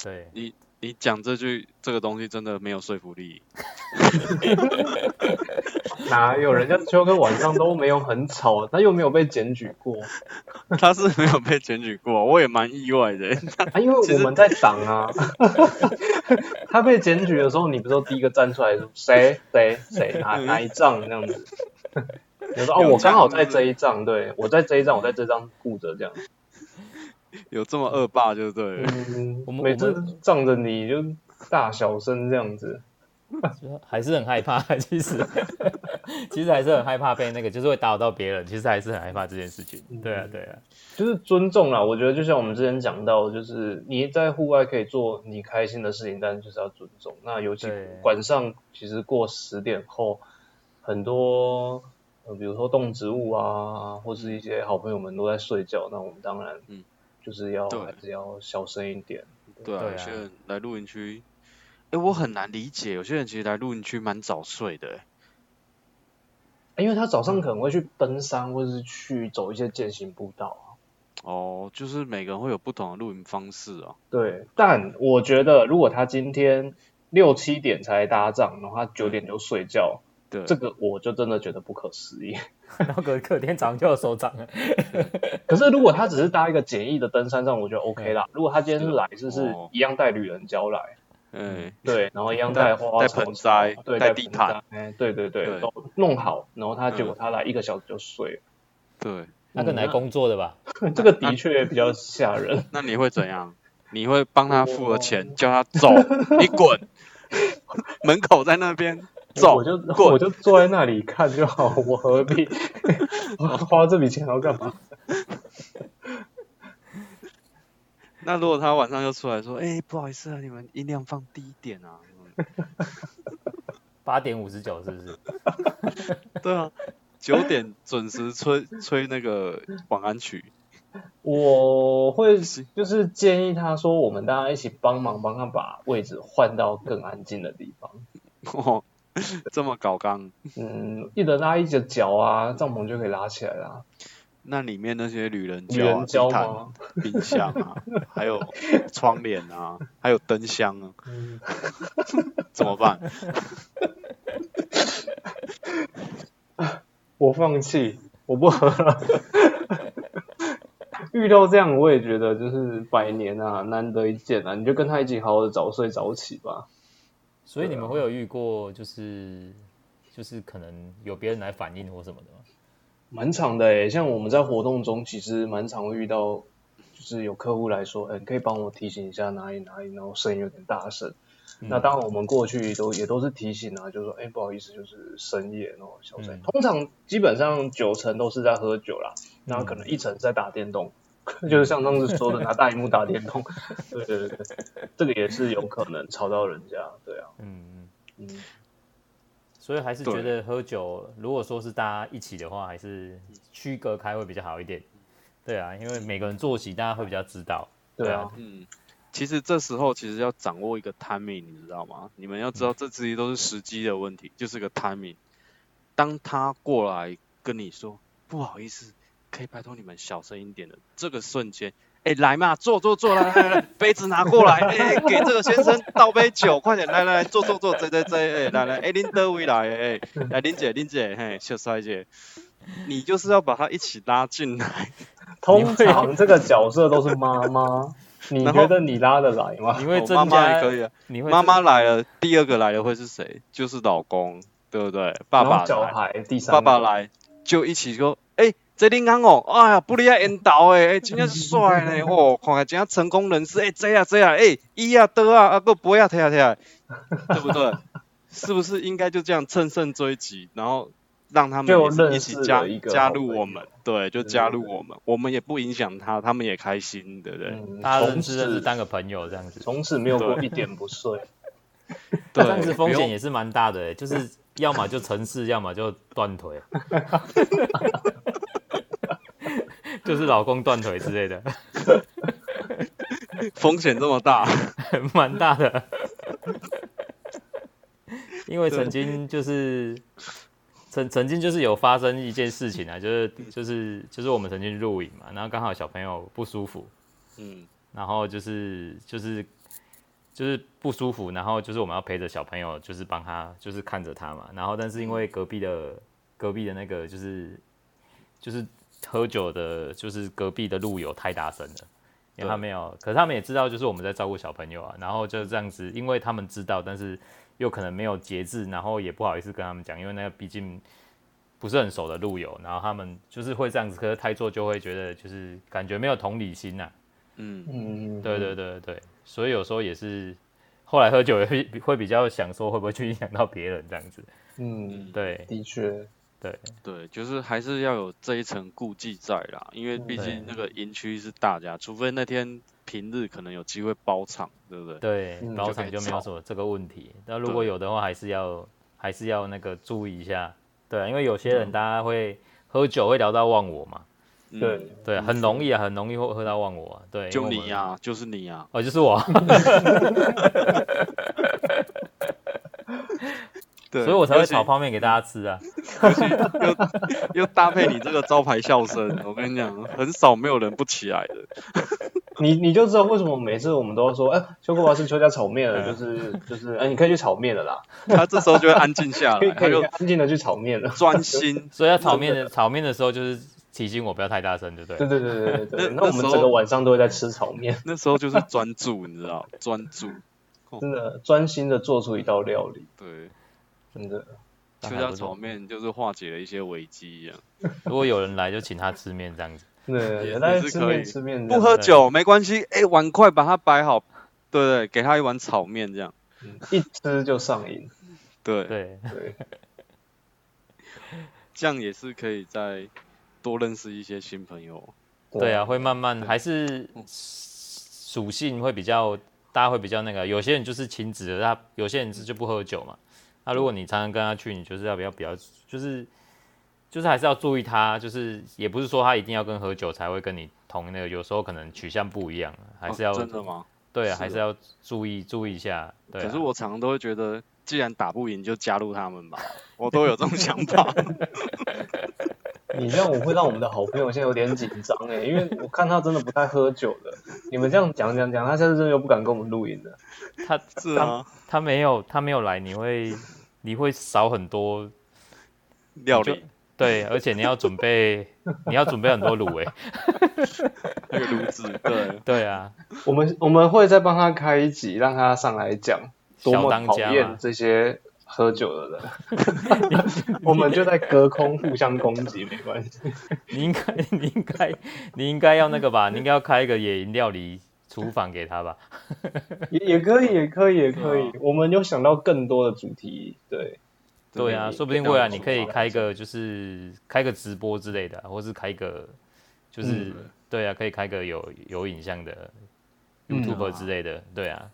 S3: 对。
S2: 你你讲这句这个东西真的没有说服力，
S1: 嗯哪有人家秋哥晚上都没有很吵，他又没有被检举过
S2: 他是没有被检举过，我也蛮意外的。
S1: 啊，因为我们在挡啊。 他被检举的时候，你不是都第一个站出来说谁谁谁哪
S3: 嗯
S1: 哪一仗这样 子？你说哦，我刚好在这一仗，对我在这一仗，我在这张顾着这样。
S2: 有这么恶霸就对了，
S1: 嗯
S3: 我们
S1: 每
S3: 我
S1: 次
S3: 们
S1: 仗着你就大小声这样子，
S3: 还是很害怕， 其实其实还是很害怕被那个，就是会打扰到别人，其实还是很害怕这件事情。对啊，对啊，
S1: 就是尊重啦。我觉得就像我们之前讲到，就是你在户外可以做你开心的事情，但是就是要尊重。那尤其
S3: 对
S1: 晚上，其实过十点后，很多呃，比如说动植物啊，或是一些好朋友们都在睡觉，那我们当然
S2: 嗯
S1: 就是要
S2: 对
S1: 还是要小声一点。
S2: 对啊，
S3: 对啊
S2: 有些人来露营区，哎、我很难理解，有些人其实来露营区蛮早睡的、欸
S1: 因为他早上可能会去登山，或是去走一些践行步道啊。
S2: 哦，就是每个人会有不同的露营方式啊。
S1: 对，但我觉得如果他今天六七点才搭帐，然后他九点就睡觉，
S2: 对，
S1: 这个我就真的觉得不可思议。
S3: 然后隔隔天早上就有手掌了。
S1: 可是如果他只是搭一个简易的登山杖，我觉得 OK 啦。如果他今天是来，就是
S2: 哦
S1: 一样带旅人胶来，
S2: 哎，
S1: 对，然后一样
S2: 带
S1: 带花花
S2: 带
S1: 草
S2: 盆栽
S1: 对，
S2: 带
S1: 带
S2: 地
S1: 盆
S2: 毯
S1: 栽，对对对，
S2: 对
S1: 都弄好，然后他结果
S2: 嗯
S1: 他来一个小时就睡了，
S2: 对，
S3: 他可能来工作的吧？
S1: 这个的确比较吓 人。
S2: 那你会怎样？你会帮他付了钱，叫他走，你滚，门口在那边走
S1: 我，就
S2: 滚
S1: 我就坐在那里看就好，我何必 花这笔钱要干嘛？
S2: 那如果他晚上又出来说，哎、不好意思啊，你们音量放低一点啊。 嗯
S3: 八点五十九是不是？
S2: 对啊，九点准时吹吹那个晚安曲。
S1: 我会
S2: 是
S1: 就是建议他说，我们大家一起帮忙帮他把位置换到更安静的地方。
S2: 哦， 这么搞刚，
S1: 嗯，一人拉一只脚啊，帐篷就可以拉起来啦。
S2: 那里面那些女人
S1: 女
S2: 胶、啊、
S1: 人胶
S2: 地毯、
S1: 吗？
S2: 冰箱 啊，还有窗帘啊，还有灯箱啊，
S1: 嗯，
S2: 怎么办？
S1: 我放弃，我不喝了。 遇到这样，我也觉得就是百年啊，难得一见啊，你就跟他一起好好的早睡早起吧。
S3: 所以你们会有遇过就是就是可能有别人来反映或什么的吗？
S1: 蛮长的诶、像我们在活动中，其实蛮常会遇到，就是有客户来说，嗯、你可以帮我提醒一下哪里哪里，然后声音有点大声。
S3: 嗯
S2: 嗯
S1: 那当然，我们过去都也都是提醒啊，就说，哎、不好意思，就是深夜然后小声。
S3: 嗯
S1: 通常基本上九成都是在喝酒啦，然后可能一成在打电动，就是像上次说的拿大荧幕打电动。对对对对，这个也是有可能吵到人家，对啊，
S3: 嗯嗯，
S1: 嗯，
S3: 所以还是觉
S2: 对
S3: 得喝酒，如果说是大家一起的话，还是区隔开会比较好一点。对啊，因为每个人作息大家会比较知道。
S1: 对啊，
S2: 嗯，其实这时候其实要掌握一个 timing，你知道吗？你们要知道，这其实都是时机的问题，就是个 timing。当他过来跟你说不好意思，可以拜托你们小声一点的这个瞬间，哎、来嘛，坐坐坐，来来来，杯子拿过来，哎、给这个先生倒杯酒，快点，来来来，坐坐坐，这这这，哎、来来，哎、林德伟来，哎、来林姐林姐，嘿，小帅姐，你就是要把他一起拉进来。
S1: 通常这个角色都是妈妈，你
S2: 然后
S1: 觉得你拉得来吗？
S3: 你会
S2: 哦
S3: 增
S2: 妈妈也
S3: 加，
S2: 可以啊，
S3: 你会
S2: 妈妈来了，第二个来的会是谁？就是老公，对不对？爸
S1: 然
S2: 爸
S1: 后小
S2: 来，
S1: 孩，第三
S2: 爸
S1: 个
S2: 爸来就一起说，哎、这林刚哦，哎呀，不离啊缘投诶，哎、真正帅 呢，哦，看来真正成功人士，哎、这啊这啊，哎、伊啊刀啊，啊个杯啊摕啊 摕啊，对不对？是不是应该就这样乘胜追击，然后让他们
S1: 就
S2: 也是
S1: 认
S2: 一起
S1: 识
S2: 加
S1: 了一个
S2: 加
S1: 好朋
S2: 入我
S1: 友
S2: 们？对，就
S1: 对
S2: 加
S1: 对
S2: 入我们，我们也不影响他，他们也开心，对不对？
S1: 嗯
S3: 大家认
S1: 从
S3: 识认识
S1: 此
S3: 当个朋友这样子，
S1: 从此没有过一点不睡。
S3: 这样子
S2: 对，不
S3: 风
S2: 用
S3: 险也是蛮大的、欸，就是要么就成事，要么就断腿，就是老公断腿之类的，
S2: 风险这么大。
S3: 蛮大的。因为曾经就是曾曾经就是有发生一件事情啊，就是就是就是我们曾经露营嘛，然后刚好小朋友不舒服，
S2: 嗯
S3: 然后就是就是就是不舒服，然后就是我们要陪着小朋友，就是帮他就是看着他嘛。然后但是因为隔壁的隔壁的那个就是就是喝酒的，就是隔壁的路友太大声了。因为他没有，可是他们也知道，就是我们在照顾小朋友啊，然后就这样子，因为他们知道，但是又可能没有节制，然后也不好意思跟他们讲，因为那个毕竟不是很熟的路友，然后他们就是会这样子，可是太做就会觉得就是感觉没有同理心呐、啊
S2: 嗯。
S1: 嗯，
S3: 对对对对，所以有时候也是后来喝酒也会会比较想说会不会去影响到别人这样子。
S1: 嗯，
S3: 对
S1: 的确，
S3: 对，
S2: 对，就是还是要有这一层顾忌在啦，因为毕竟
S3: 对
S2: 那个营区是大家，除非那天平日可能有机会包场，对不对？
S3: 对
S1: 嗯，
S3: 包
S2: 就可
S3: 场
S2: 以
S3: 就没
S2: 吵
S3: 有什么这个问题。那如果
S2: 对
S3: 有的话，还是要还是要那个注意一下。对啊，因为有些人大家会喝酒会聊到忘我嘛，
S2: 嗯
S1: 对，
S3: 对啊，很容易啊，很容易会喝到忘我啊。对，
S2: 就
S3: 因为
S2: 你
S3: 我们
S2: 呀、，就是你呀、
S3: 哦，就是我。
S2: 对，
S3: 所以我才
S2: 尤
S3: 会
S2: 其
S3: 炒泡面给大家吃啊。
S2: 又搭配你这个招牌笑声，我跟你讲，很少没有人不起来的。
S1: 你你就知道为什么每次我们都说，哎、修哥我要吃邱家炒面了，
S3: 嗯
S1: 就是就是，哎、你可以去炒面了啦，
S2: 他这时候就会安静下
S1: 可以
S2: 来，
S1: 可
S2: 啊他
S1: 以
S2: 就
S1: 安静的去炒面了。
S2: 专心。
S3: 所以要炒面的炒面的时候，就是提醒我不要太大声，对不
S1: 对对
S3: 对？
S1: 对对对对，
S2: 那
S1: 那我们
S2: 那时候
S1: 整个晚上都会在吃炒面，
S2: 那时候就是专注，你知道，专注。嗯
S1: 真的专心的做出一道料理，
S2: 对，
S1: 真的。
S3: 那
S2: 邱
S3: 还
S2: 家
S3: 不错
S2: 炒面就是化解了一些危机一样。
S3: 如果有人来，就请他吃面这样子。
S1: 对对
S2: 也
S1: 对，大家
S2: 是
S1: 吃
S2: 可
S1: 面
S2: 以
S1: 吃面这
S2: 不
S1: 样，
S2: 喝酒没关系，哎、碗筷把它摆好，对不对？给他一碗炒面这样，
S1: 嗯一吃就上瘾。
S2: 对，
S3: 对，
S1: 对，
S2: 这样也是可以再多认识一些新朋友。
S3: 对啊，，会慢慢还是属性会比较，大家会比较那个。有些人就是勤职的，他有些人是就不喝酒嘛。那如果你常常跟他去，你就是要不要比较，就是就是还是要注意他，就是也不是说他一定要跟喝酒才会跟你同那个，有时候可能取向不一样，还是要、
S2: 哦真的吗？
S3: 对啊，
S2: 是
S3: 还是要注意注意一下。对啊、
S2: 可是我常常都会觉得，既然打不赢，就加入他 们吧，我都有这种想法。
S1: 你这样我会让我们的好朋友现在有点紧张哎，因为我看他真的不太喝酒的。你们这样讲讲讲，他下次真的又不敢跟我们录音了。
S3: 他
S2: 是啊，
S3: 他没有他没有来，你会你会少很多
S2: 料
S3: 就
S2: 理
S3: 对，而且你要准备你要准备很多卤味。
S2: 那个炉子，对，
S3: 对啊，
S1: 我们我们会再帮他开一集，让他上来讲多
S3: 小
S1: 么
S3: 当
S1: 讨
S3: 家
S1: 厌
S3: 嘛
S1: 这些喝酒的人。 我们就在隔空互相攻击，没关系。
S3: 你应该你应该你应该要那个吧， 你应该要开一个野营料理厨房给他吧。
S1: 也也可以，也可以，也可以
S3: 啊
S2: 对。
S1: 我们有想到更多的主题，对，
S3: 对啊，
S1: 对
S3: 说不定未来你可以
S1: 这样子
S3: 开一个就是开个直播之类的，啊或是开一个就是、对啊，可以开个有有影像的
S1: 嗯
S3: YouTube 之类的。对啊，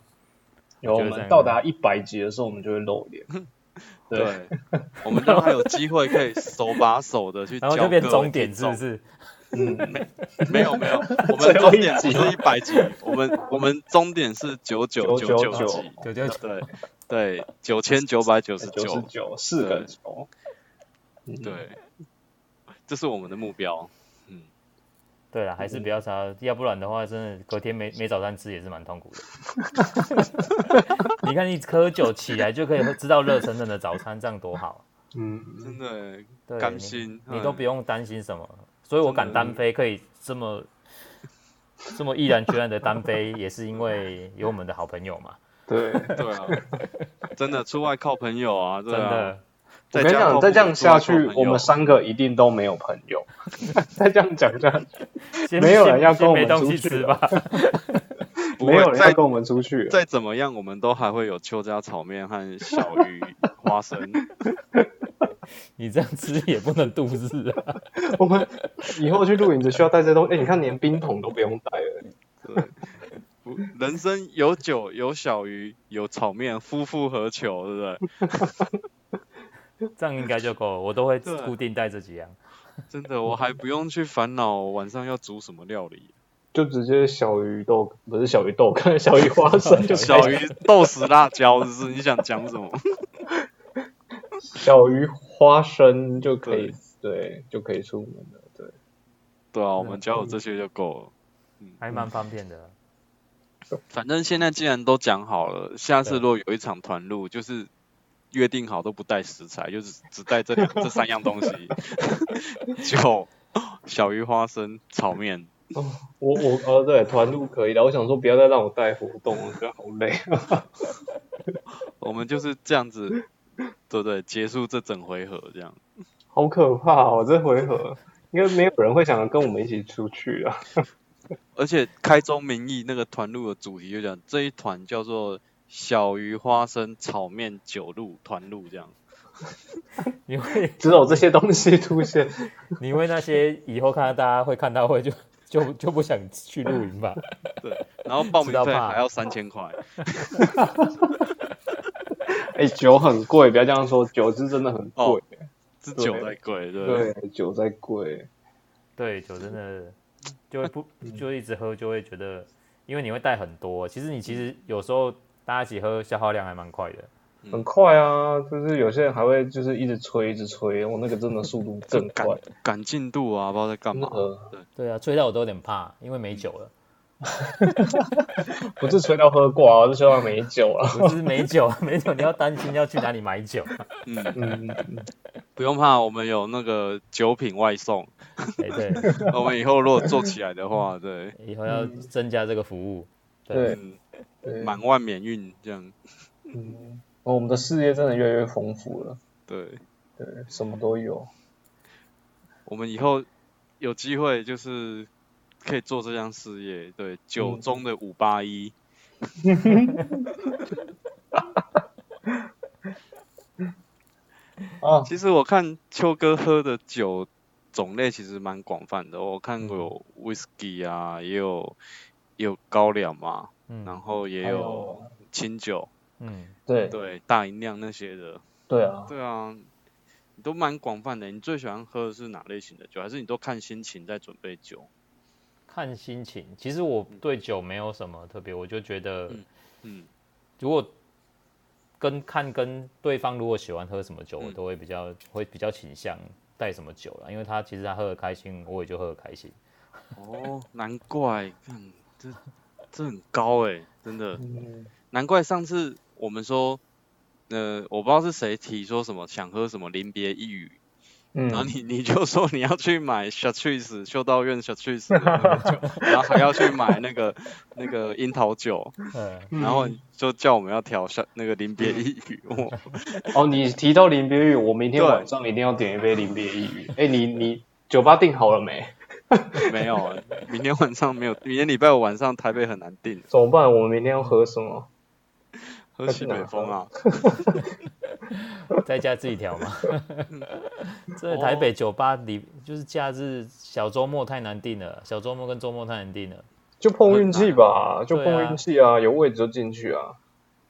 S1: 有
S3: 我
S1: 我
S3: 觉得这
S1: 们
S3: 样
S1: 到达一百集的时候，我们就会露 脸。对，
S2: 对，我们让他有机会可以手把手的去教
S3: 然
S2: 各
S3: 后
S2: 位听众，
S3: 就变终点是不是？
S1: 嗯，
S2: 没有没有，我们
S1: 最后
S2: 终
S1: 一
S2: 点不
S1: 集
S2: 是一百集，我们我们终点是九九九
S1: 999
S2: 集，
S3: 九九九
S2: 对对，九千九百九十
S1: 九十
S2: 九，
S1: 九四个球，
S2: 对， 这是我们的目标。
S3: 对啊，还是不要查，要不然的话，真的隔天没没早餐吃也是蛮痛苦的。 你看，你喝酒起来就可以知道热腾腾的早餐，这样多好。
S1: 嗯，
S2: 真的
S3: 对，
S2: 甘
S3: 你
S2: 心
S3: 你
S2: 嗯
S3: 都不用担心什么，所以我敢单飞，可以这么这么毅然决然的单飞，也是因为有我们的好朋友嘛，
S1: 对。
S2: 对 啊，真的出外靠朋友啊，
S3: 真
S2: 对啊，
S3: 的。
S1: 我
S2: 在
S1: 跟你
S2: 家
S1: 讲，
S2: 靠
S1: 再这样
S2: 朋友出
S1: 下
S2: 外靠
S1: 去
S2: 朋，
S1: 我
S2: 友
S1: 们三个一定都没有朋 友。再这样讲下去，
S3: 先
S1: 没有人
S3: 先
S1: 要跟我们
S3: 先没东西
S1: 出去啊
S3: 吃
S1: 了
S3: 吧？
S2: 不
S1: 没有
S2: 会
S1: 人要
S2: 再
S1: 跟我们出去了。
S2: 再怎么样，我们都还会有邱家炒面和小鱼花生。
S3: 你这样吃也不能度日啊。
S1: 我们以后去露营只需要带这些东西。哎、你看连冰桶都不用带了。
S2: 对，不人生有酒有小鱼有炒面，夫复何求，对不对？
S3: 这样应该就够了，我都会
S2: 对啊
S3: 固定带这几样。
S2: 真的，我还不用去烦恼晚上要煮什么料理，
S1: 就直接小鱼豆不是小鱼豆， 看小鱼花生 就可以
S2: 小鱼豆豉辣椒，是不是你想讲什么？
S1: 小鱼花生就可以对就可以出门了。对，
S2: 对啊，我们只要有这些就够了。
S3: 还蛮方便的。
S2: 嗯反正现在既然都讲好了，下次
S3: 对
S2: 如果有一场团录，就是约定好都不带食材，就只只带这 两这三样东西， 酒、小鱼花生、炒面。
S1: 我我哦对，团路可以的。我想说不要再让我带活动了，我觉得好累。
S2: 我们就是这样子，对不对？结束这整回合这样。
S1: 好可怕哦！这回合应该没有人会想跟我们一起出去啊。
S2: 而且开宗明义，那个团路的主题就讲这一团叫做小鱼花生炒面酒路团路这样。
S3: 你会
S1: 只有这些东西出现，
S3: 你会那些以后看到大家会看到会就就就不想去露营吧？
S2: 对，然后报
S3: 知
S2: 名
S3: 道
S2: 费
S3: 怕
S2: 还要三千块。
S1: 哎、酒很贵，不要这样说，酒是真的很贵。
S2: 哦是
S1: 对
S2: 酒太贵，对不对？
S1: 对，酒在贵。
S3: 对，酒真的就会不就一直喝，就会觉嗯得，因为你会带很多。其实你其实有时候大家一起喝，消耗量还蛮快的。
S2: 嗯
S1: 很快啊，就是有些人还会就是一直吹一直吹，我那个真的速度更快，呃
S2: 赶进度啊，不知道在干
S1: 那
S2: 嘛。
S1: 个
S3: 对啊，追到我都有点怕，因为没酒了，
S1: 不是吹到喝挂、啊， 是吹到没酒啊。
S3: 不是没酒，没酒你要担心要去哪里买酒。啊
S2: 嗯，
S1: 嗯，嗯
S2: 不用怕，我们有那个酒品外 送，
S3: 哎，对，
S2: 我们以后如果做起来的话，对，
S3: 以后要增加这个服务。
S1: 对
S2: 嗯，
S1: 对，
S2: 满万免运这样，
S1: 嗯，哦我们的事业真的越来越丰富了，
S2: 对，
S1: 对，什么都有。
S2: 我们以后有机会就是可以做这项事业，对，酒中的五八一，
S1: 啊，
S2: 其实我看秋哥喝的酒种类其实蛮广泛的，我看过有
S1: 嗯
S2: whisky 啊，也有也有高粱嘛，然
S3: 嗯
S2: 后也
S1: 还
S2: 有清酒，
S3: 嗯，
S1: 对
S2: 对，大吟酿那些的，
S1: 对啊，
S2: 对啊，你都蛮广泛的。你最喜欢喝的是哪类型的酒？还是你都看心情在准备酒？
S3: 看心情。其实我对酒没有什么特别，我就觉得
S2: 嗯嗯
S3: 如果跟看跟对方如果喜欢喝什么酒，
S2: 嗯
S3: 我都会比较会比较倾向带什么酒啦，因为他其实他喝的开心，我也就喝的开心。
S2: 哦，难怪，看这这很高哎、真的，
S1: 嗯，
S2: 难怪上次我们说，呃，我不知道是谁提说什么想喝什么临别一语，
S1: 嗯
S2: 然后你你就说你要去买 s h a t r i s 修道院 s h a t r i s 然后还要去买那个那个樱桃酒，
S3: 嗯，
S2: 然后你就叫我们要调下那个临别一语，我
S1: 哦，你提到林别玉，我明天
S2: 对
S1: 晚上一定要点一杯林别玉。哎、你你酒吧订好了没？
S2: 没有，明天晚上没有，明天礼拜五晚上台北很难订，
S1: 怎么办？我们明天要喝什么？
S2: 喝西北风啊，
S3: 在家自己调嘛。 这台北酒吧里就是假日小周末太难定了，小周末跟周末太难定了。
S1: 就碰运气吧，就
S3: 对
S1: 碰
S3: 啊
S1: 运气啊，有位置就进去啊。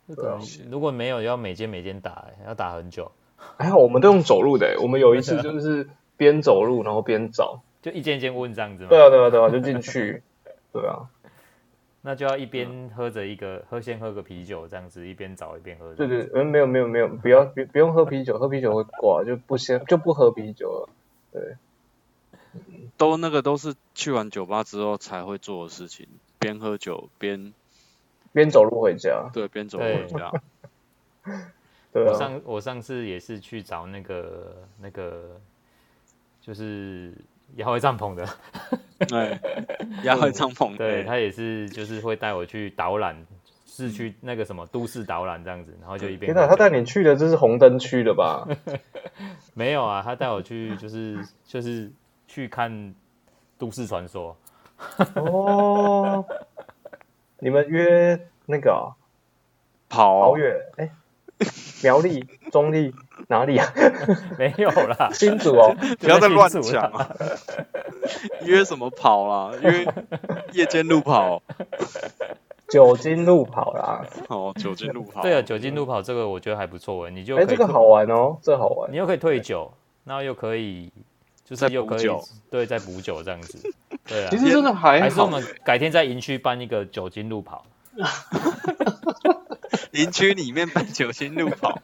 S3: 这可能如果没有，要每间每间打、欸要打很久，
S1: 还好我们都用走路的、欸我们有一次就是边走路然后边 找。
S3: 就一间一间问这样子嘛。
S1: 对啊，对啊，对啊，就进去。对啊，
S3: 那就要一
S1: 嗯
S3: 边喝着一个喝，先喝个啤酒这样子，一边找一边喝。
S1: 对对，嗯，没有没有没有，不要不不用喝啤酒，喝啤酒会挂，就不先就不喝啤酒了。
S2: 都那个都是去完酒吧之后才会做的事情，边喝酒边
S1: 边走路回家，
S2: 对边走回家，
S1: 对
S3: 我
S1: 啊，
S3: 上我上次也是去找那个那个，就是摇会帐篷 的，
S2: 对，哎压回帐篷，哎
S3: 对他也是就是会带我去导览市区那个什么都市导览这样子，然后就一边
S1: 天哪，
S3: 喝
S1: 他
S3: 酒
S1: 带你去的这是红灯区的 吧？
S3: 没有啊，他带我去就是就是去看都市传说，
S1: 哦，你们约那个啊
S2: 跑
S1: 桃
S2: 哦
S1: 园哎、苗栗、中立哪里啊？，
S3: 没有啦
S1: 新竹哦，
S2: 不要再
S3: 就在
S2: 乱
S3: 新竹
S2: 讲
S3: 啦，
S2: 啊！约什么跑啊？约夜间路跑
S1: 九金路跑啦。
S2: 哦，酒精路跑。
S3: 对啊，酒精路跑这个我觉得还不错哎，你就
S1: 嗯哎、
S3: 可以
S1: 这个
S3: 做
S1: 好玩哦，这好玩
S3: 你。又可以退酒，然后又可以就是
S2: 再
S3: 又
S2: 补
S3: 可以
S2: 酒
S3: 对再补酒这样子，对啊
S1: 其。实真的还
S3: 还是我
S1: 好，
S3: 们改天在营区办一个酒精路跑，
S2: 林区里面办酒精路跑，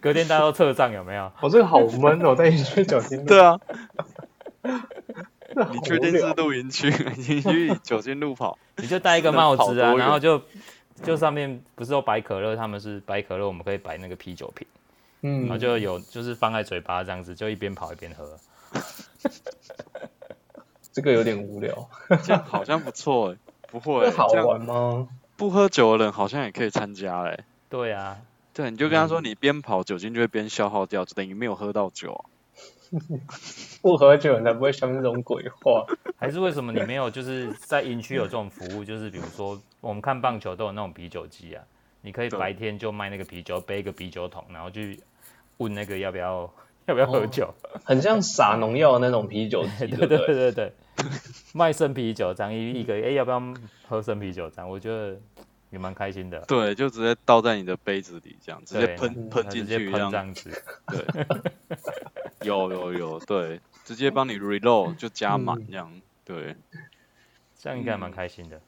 S3: 隔天大家都撤账有没有？
S1: 我、这个好闷哦，在一去九金路。
S2: 对啊，
S1: 这好
S2: 你
S1: 无
S2: 确定是
S1: 聊。
S2: 露营区？ 营区酒精路跑，
S3: 你就戴一个帽
S2: 跑
S3: 子
S2: 多
S3: 啊，
S2: 远
S3: 然后就就上面不是有白可乐，他们是白可乐，我们可以摆那个啤酒瓶，
S1: 嗯
S3: 然后就有就是放在嘴巴这样子，就一边跑一边喝。
S1: 这个有点无聊。
S2: 这样好像不 错哎、不会、
S1: 这
S2: 欸，
S1: 好
S2: 这样
S1: 玩吗？
S2: 不喝酒的人好像也可以参加哎、
S3: 对啊，
S2: 对，你就跟他说，你边跑酒精就会边消耗掉，就等于没有喝到酒啊、
S1: 不喝酒人才不会相信这种鬼话。
S3: 还是为什么你没有就是在营区有这种服务？就是比如说我们看棒球都有那种啤酒机啊，你可以
S2: 对
S3: 白天就卖那个啤酒，背一个啤酒桶，然后去问那个要 不要要不要喝酒。
S1: 很像撒农药的那种啤酒机，
S3: 对
S1: 对不
S3: 对
S1: 对？
S3: 对 对，卖生啤酒这样一一个，哎、要不要喝生啤酒这样？我觉得也蛮开心的，
S2: 对，就直接倒在你的杯子里，这样直接
S3: 对
S2: 喷
S3: 嗯他
S2: 喷
S3: 直
S2: 进
S3: 接
S2: 去，这
S3: 喷这
S2: 样
S3: 样子，
S2: 对。 有有有，对，直接帮你 reload 就加满这样，对。
S3: 这样应该蛮开心的。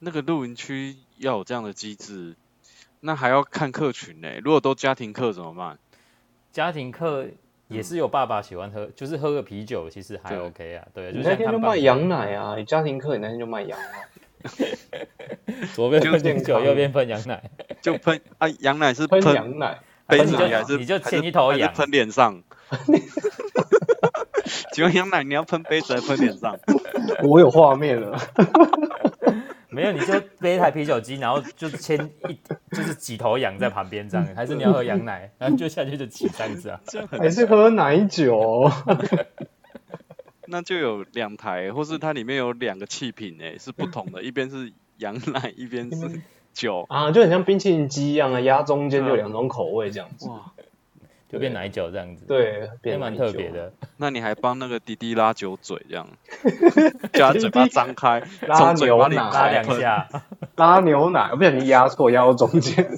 S2: 那个露营区要有这样的机制，那还要看客群呢、如果都家庭客怎么办？
S3: 家庭课也是有爸爸喜欢喝，就是喝个啤酒，其实还 OK 啊。对，
S1: 你
S3: 就
S1: 那
S3: 像
S1: 天
S3: 看
S1: 就
S3: 棒
S1: 卖
S3: 球
S1: 羊奶啊，你家庭课你那天就卖羊奶，
S3: 左边
S1: 就是
S3: 喷啤
S1: 健
S3: 酒，
S1: 康
S3: 右边喷羊奶，
S2: 就喷啊，羊奶是
S1: 喷
S2: 喷
S1: 羊奶，
S2: 杯
S3: 喷
S2: 子
S3: 你
S2: 里还
S3: 就是你就
S2: 还
S3: 牵
S2: 是
S3: 一头
S2: 还是
S3: 羊，
S2: 喷脸上？ 请问羊奶你要喷杯子还是喷脸上？
S1: 我有画面了，
S3: 没有你就背一台啤酒机，然后就牵一就是几头羊在旁边这样，还是你要喝羊奶，然后就下去就挤这样子啊。
S2: 这样很
S1: 还是喝奶酒，哦
S2: 那就有两台，或是它里面有两个气瓶诶、是不同的，一边是羊奶，一边是酒。
S1: 啊，就很像冰淇淋机一样啊，压中间就有两种口味这样子，
S2: 哇，
S3: 就变奶酒这样子，，
S1: 对，
S3: 也
S1: 变
S3: 蛮
S1: 奶酒啊
S3: 特别，的。
S2: 那你还帮那个滴滴拉酒嘴这样，叫他嘴巴张开，
S1: 拉
S2: 从嘴巴
S1: 牛
S2: 里
S1: 奶
S3: 拉
S2: 狂
S3: 两
S2: 喷。
S3: 下，
S1: 拉牛奶，不小心压错，压到中间，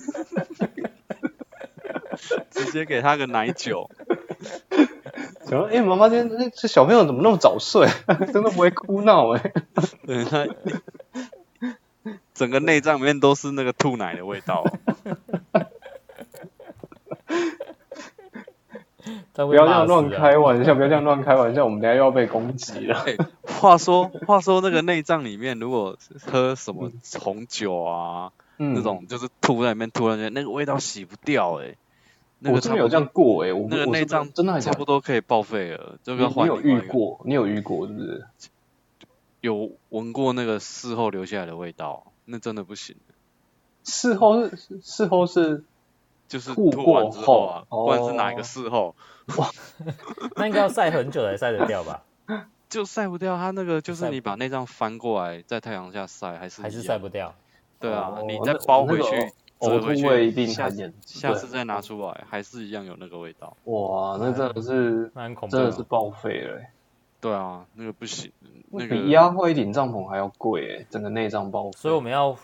S2: 直接给他个奶酒，
S1: 然后哎，妈妈今天这小朋友怎么那么早睡， 真的不会哭闹哎、
S2: 对他整个内脏里面都是那个吐奶的味道。
S3: 这
S1: 不
S3: 样会
S1: 要这
S3: 骂
S1: 样乱
S3: 死啊
S1: 开玩笑，不要这样乱开玩笑，我们等一下又要被攻击了。
S2: 哎话说，话说那个内脏里面如果喝什么红酒啊，
S1: 嗯
S2: 那，种就是吐在里面，吐在里面，那个味道洗不掉哎、那
S1: 嗯我
S2: 个
S1: 真的
S2: 差不
S1: 有这
S2: 多
S1: 样过哎、我
S2: 那个
S1: 我
S2: 内
S1: 是不是
S2: 脏
S1: 真的还假
S2: 差
S1: 的
S2: 不多可以报废了，这
S1: 你
S2: 个
S1: 你
S2: 换
S1: 有
S2: 另外
S1: 遇
S2: 一个
S1: 过？你有遇过是不是？
S2: 有闻过那个事后留下来的味道，那真的不行，
S1: 事后是是事后是
S2: 就是
S1: 吐
S2: 吐
S1: 过
S2: 完之后啊，
S1: 后
S2: 不管是哪一个
S1: 哦
S2: 事后，
S3: 那应该要晒很久才晒得掉 吧？
S2: 就晒不掉它那个，就是
S3: 晒不
S2: 你把内脏翻过来在太阳下晒，还是
S3: 还
S2: 一
S3: 是
S2: 样
S3: 晒不掉？
S2: 对啊
S1: 哦，
S2: 你
S1: 那
S2: 再
S1: 个
S2: 包
S1: 那
S2: 回
S1: 个
S2: 去，
S1: 呕
S2: 折回
S1: 吐
S2: 去
S1: 味一定
S2: 下
S1: 很
S2: 次
S1: 严
S2: 下
S1: 对
S2: 次再拿出来，还是一样有那个味道。
S1: 哇，那真的
S2: 哎
S1: 是
S3: 那很恐怖
S1: 真
S3: 啊。
S1: 的是报废了、欸，
S2: 对啊，那个不行，那个
S1: 比压坏一顶帐篷还要贵哎、整个内脏报废。
S3: 所以我们要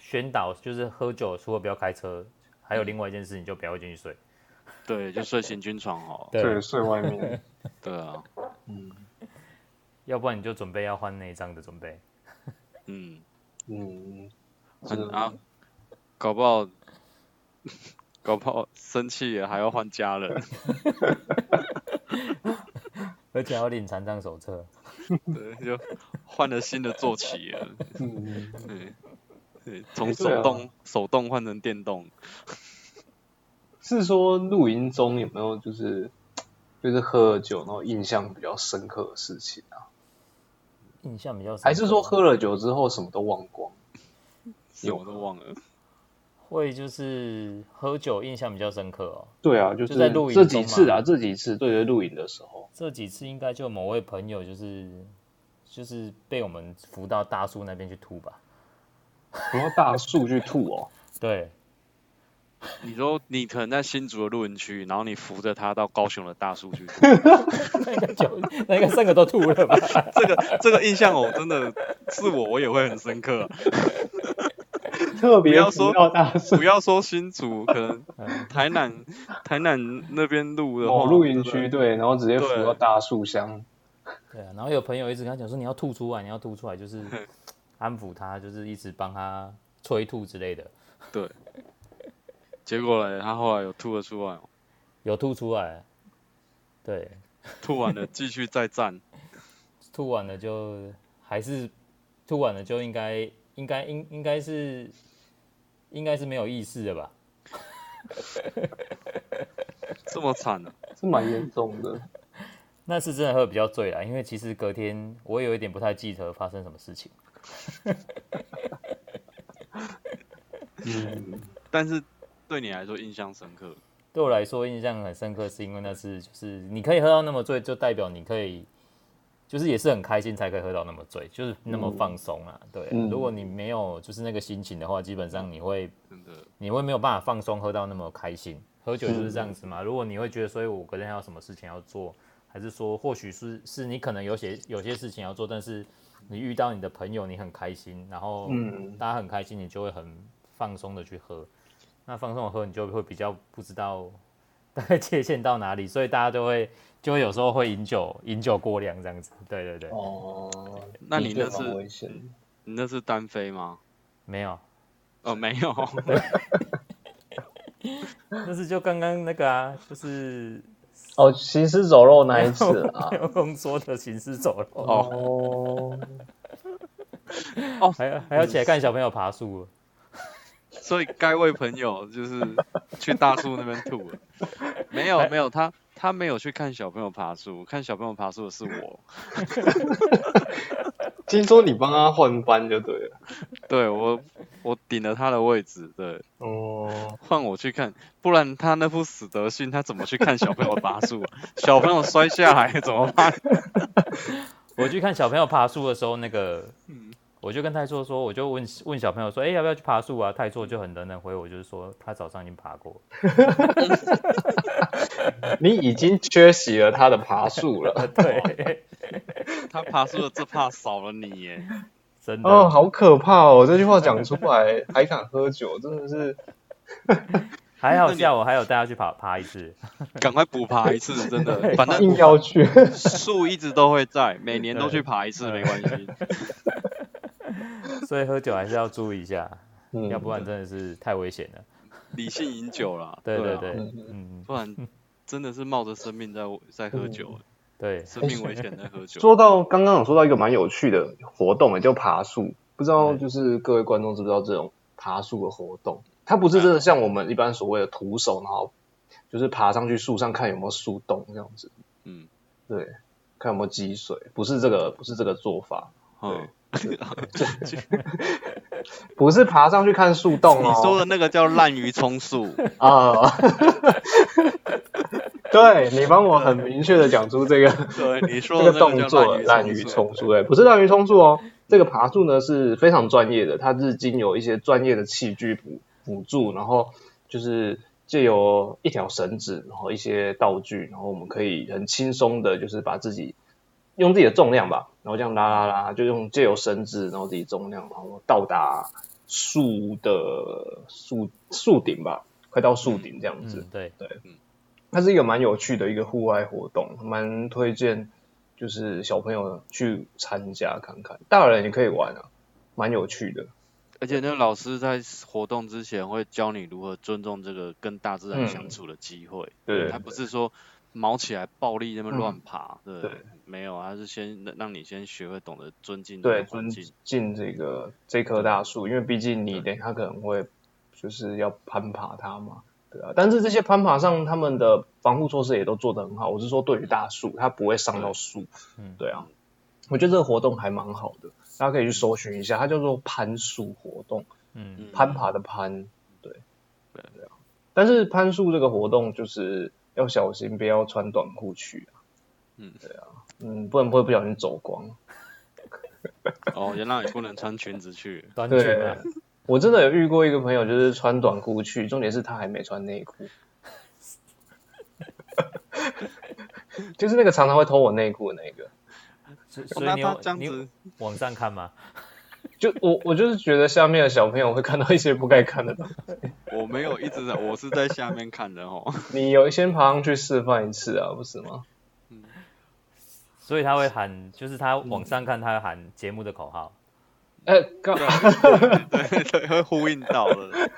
S3: 宣导，就是喝酒除了不要开车，还有另外一件事情，就不要进去睡。
S2: 对，就睡行军床好了。
S1: 对，睡外面，
S2: 对啊，
S1: 嗯
S3: 要不然你就准备要换内脏的准备。
S2: 嗯，
S1: 嗯，
S2: 很
S1: 真的
S2: 啊，搞不好搞不好生气了还要换家人。
S3: 而且还要领残障手册，
S2: 对，就换了新的坐骑了。
S1: 嗯，
S2: 对，对，从
S1: 对啊
S2: 手动、手动换成电动。
S1: 是说露营中有没有就是就是喝了酒然后印象比较深刻的事情啊？
S3: 印象比较深刻
S1: 还是说喝了酒之后什么都忘光？
S2: 什么都忘了，
S3: 会就是喝酒印象比较深刻哦？
S1: 对啊，就
S3: 就是在露营
S1: 这
S3: 中
S1: 几
S3: 嘛
S1: 次啊，这几次对对露营的时候，
S3: 这几次应该就某位朋友就是就是被我们扶到大树那边去吐吧？
S1: 然后大树去吐 哦，
S3: 对，
S2: 你说你可能在新竹的露营区，然后你扶着他到高雄的大树去 住，
S3: 那个酒那个三个都吐了吧？
S2: 这个这个印象我真的是我我也会很深刻。啊
S1: 特别
S2: 不要
S1: 扶
S2: 说
S1: 到大 树，
S2: 不要说新竹，可能台南台南那边路的
S1: 某
S2: 话，
S1: 哦露营
S2: 真的
S1: 区对，然后直接扶
S2: 对
S1: 到大树箱，
S3: 对啊，然后有朋友一直跟他讲说你要吐出来，你要吐出来，就是安抚他，就是一直帮他催吐之类的。
S2: 对。结果嘞，他后来有吐了出来，哦
S3: 有吐出来，对，
S2: 吐完了继续再站，
S3: 吐完了就还是吐完了就应该应该应应该是应该是没有意识的吧？
S2: 这么惨啊！
S1: 是蛮严重的。
S3: 那是真的喝比较醉啦，因为其实隔天我也有一点不太记得发生什么事情。
S1: 嗯，
S2: 但是对你来说印象深刻，
S3: 对我来说印象很深刻，是因为那次就是你可以喝到那么醉，就代表你可以就是也是很开心才可以喝到那么醉，就是那么放松啦。对，啊
S1: 嗯
S3: 如果你没有就是那个心情的话，基本上你会
S2: 真的。
S3: 你会没有办法放松，喝到那么开心。喝酒就是这样子嘛。如果你会觉得，所以我隔天还有什么事情要做，还是说，或许是是你可能有些有些事情要做，但是你遇到你的朋友，你很开心，然后
S1: 嗯
S3: 大家很开心，你就会很放松的去喝。那放松的喝，你就会比较不知道大概界限到哪里，所以大家都会就会有时候会饮酒，饮酒过量这样子。对对对，
S1: 哦，
S2: 那你
S1: 这蛮
S2: 那次
S1: 危险的。
S2: 你那是单飞吗？
S3: 没有，
S2: 哦，没有，
S3: 但是就刚刚那个啊，就是
S1: 哦，行尸走肉那一次 啊，
S3: 有空说的行尸走肉，
S2: 哦
S1: 哦，
S3: 还要还要起来看小朋友爬树了，
S2: 所以该位朋友就是去大树那边吐了。没有没有，他他没有去看小朋友爬树，看小朋友爬树的是我。
S1: 听说你帮他换班就对了，
S2: 对我我顶了他的位置，对，
S1: 哦，
S2: 换我去看，不然他那副死德性，他怎么去看小朋友爬树、 啊？小朋友摔下来怎么办？
S3: 我去看小朋友爬树的时候，那个，
S2: 嗯
S3: 我就跟泰硕说，我就问问小朋友说，哎、要不要去爬树啊？泰硕就很冷冷回我，就是说他早上已经爬过了。
S1: 你已经缺席了他的爬树了，
S3: 对，
S2: 他爬树的这怕少了你耶，
S3: 真的，
S1: 哦，好可怕哦！这句话讲出来还敢喝酒，真的是
S3: 还好下午还有带他去爬爬 一次。
S2: 赶快补爬一次，真的，反正
S1: 硬要去，
S2: 树一直都会在，每年都去爬一次没关系。
S3: 所以喝酒还是要注意一下，
S1: 嗯
S3: 要不然真的是太危险了。
S2: 理性饮酒啦，
S3: 对对
S2: 啊
S3: 对，
S1: 嗯
S3: 嗯，
S2: 不然真的是冒着生命在在喝酒，
S3: 对，
S2: 生命危险在喝酒。
S1: 说到刚刚有说到一个蛮有趣的活动，也欸叫爬树，不知道就是各位观众知不知道这种爬树的活动？它不是真的像我们一般所谓的徒手，然后就是爬上去树上看有没有树洞这样子，
S2: 嗯，
S1: 对，看有没有积水，不是这个，不是这个做法，
S2: 哦，
S1: 不是爬上去看树洞哦。
S2: 你说的那个叫滥竽充数，
S1: 啊？ 对你帮我很明确的讲出这个
S2: 对，你说
S1: 这个
S2: 的那
S1: 动
S2: 个
S1: 作
S2: 叫
S1: 滥竽
S2: 竽
S1: 充
S2: 充数。
S1: 数，哎，不是滥竽充数哦，这个爬树呢是非常专业的，它是经由一些专业的器具辅辅助，然后就是借由一条绳子，然后一些道具，然后我们可以很轻松的，就是把自己用自己的重量吧，然后这样拉拉拉，就用借由绳子，然后自己重量，然后到达树的树树顶吧，快到树顶这样子。
S3: 嗯对，
S1: 它是一个蛮有趣的一个户外活动，蛮推荐就是小朋友去参加看看，大人也可以玩啊，蛮有趣的。
S2: 而且那个老师在活动之前会教你如何尊重这个跟大自然相处的机会，
S1: 嗯对嗯
S2: 他不是说毛起来暴力那么乱爬，对
S1: 对
S2: 没有，他是先让你先学会懂得尊敬这
S1: 对，
S2: 个环
S1: 尊
S2: 境，
S1: 敬这个这棵大树，因为毕竟你等一下可能会就是要攀爬它嘛，对啊。但是这些攀爬上他们的防护措施也都做得很好，我是说对于大树，它不会伤到树
S3: 嗯，
S1: 对啊。我觉得这个活动还蛮好的，大家可以去搜寻一下，它叫做攀树活动。
S3: 嗯，
S2: 嗯
S1: 攀爬的攀，对，
S2: 对
S1: 对啊。但是攀树这个活动就是要小心，不要穿短裤去啊。
S2: 嗯
S1: 对啊，嗯，不然不会不小心走光。
S2: 哦，也让你不能穿裙子去，
S3: 短裙
S1: 对
S3: 啊，，
S1: 我真的有遇过一个朋友，就是穿短裤去，重点是他还没穿内裤。 就是那个常常会偷我内裤的那个，
S3: 所所
S2: 哦
S3: 以
S2: 那
S3: 你
S2: 他
S3: 有
S2: 这样
S3: 你
S2: 子
S3: 有往上看吗？
S1: 就我我就是觉得下面的小朋友会看到一些不该看的东西。
S2: 我没有一直在，我是在下面看的 哦。
S1: 你有先爬上去示范一次啊，不是吗？
S3: 所以他会喊，就是他往上看，他会喊节目的口 号。
S1: 哎、刚
S2: 对对，会呼应到了。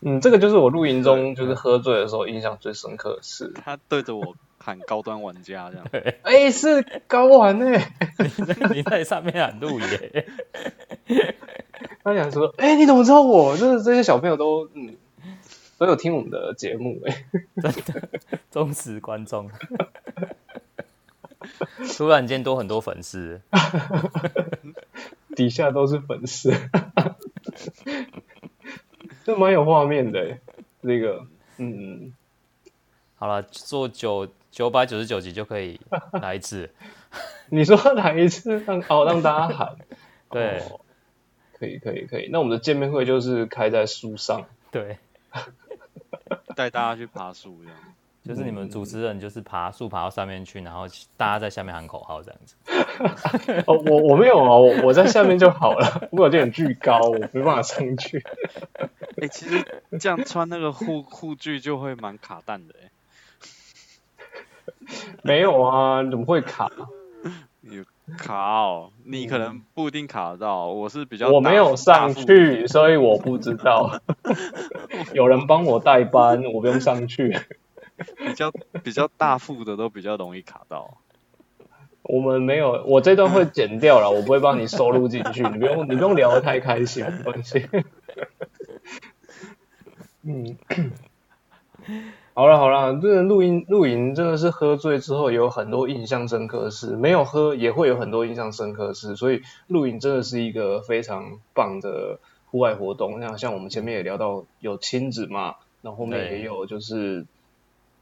S1: 嗯，这个就是我露营中就是喝醉的时候印象最深刻的事。
S2: 他对着我喊高端玩家这样，
S1: 哎，是高玩欸呢、
S3: 你在上面喊路耶，
S1: 他想说，哎，你怎么知道我？就是这些小朋友都嗯都有听我们的节目哎、
S3: 忠实观众。 突然间多很多粉丝，
S1: 底下都是粉丝，这蛮有画面的、哎这个嗯，
S3: 好了，做九九百九十九集就可以来一次。
S1: 你说哪一次让哦让大家喊？
S3: 对
S1: 哦可以可以可以，那我们的见面会就是开在树上，
S3: 对，
S2: 带大家去爬树这样。
S3: 就是你们主持人就是爬树爬到上面去，然后大家在下面喊口号这样子。
S1: 哦，我我没有啊，我我在下面就好了，我有点巨高，我没办法上去。
S2: 哎、其实这样穿那个护护具就会蛮卡蛋的、欸，
S1: 没有啊，怎么会卡？
S2: 有卡哦，你可能不一定卡得到，我是比较
S1: 嗯我没有
S2: 大
S1: 上，
S2: 大腹
S1: 去，所以我不知道。 有人帮我代班，我不用上去。
S2: 比较比较大副的都比较容易卡到。
S1: 我们没有，我这段会剪掉了，我不会帮你收录进去。你不用，你不用聊得太开心，没关系。嗯，好了好了，这个露营露营真的是喝醉之后有很多印象深刻的事，没有喝也会有很多印象深刻的事，所以露营真的是一个非常棒的户外活动。像像我们前面也聊到有亲子嘛，然后后面
S3: 对
S1: 也有就是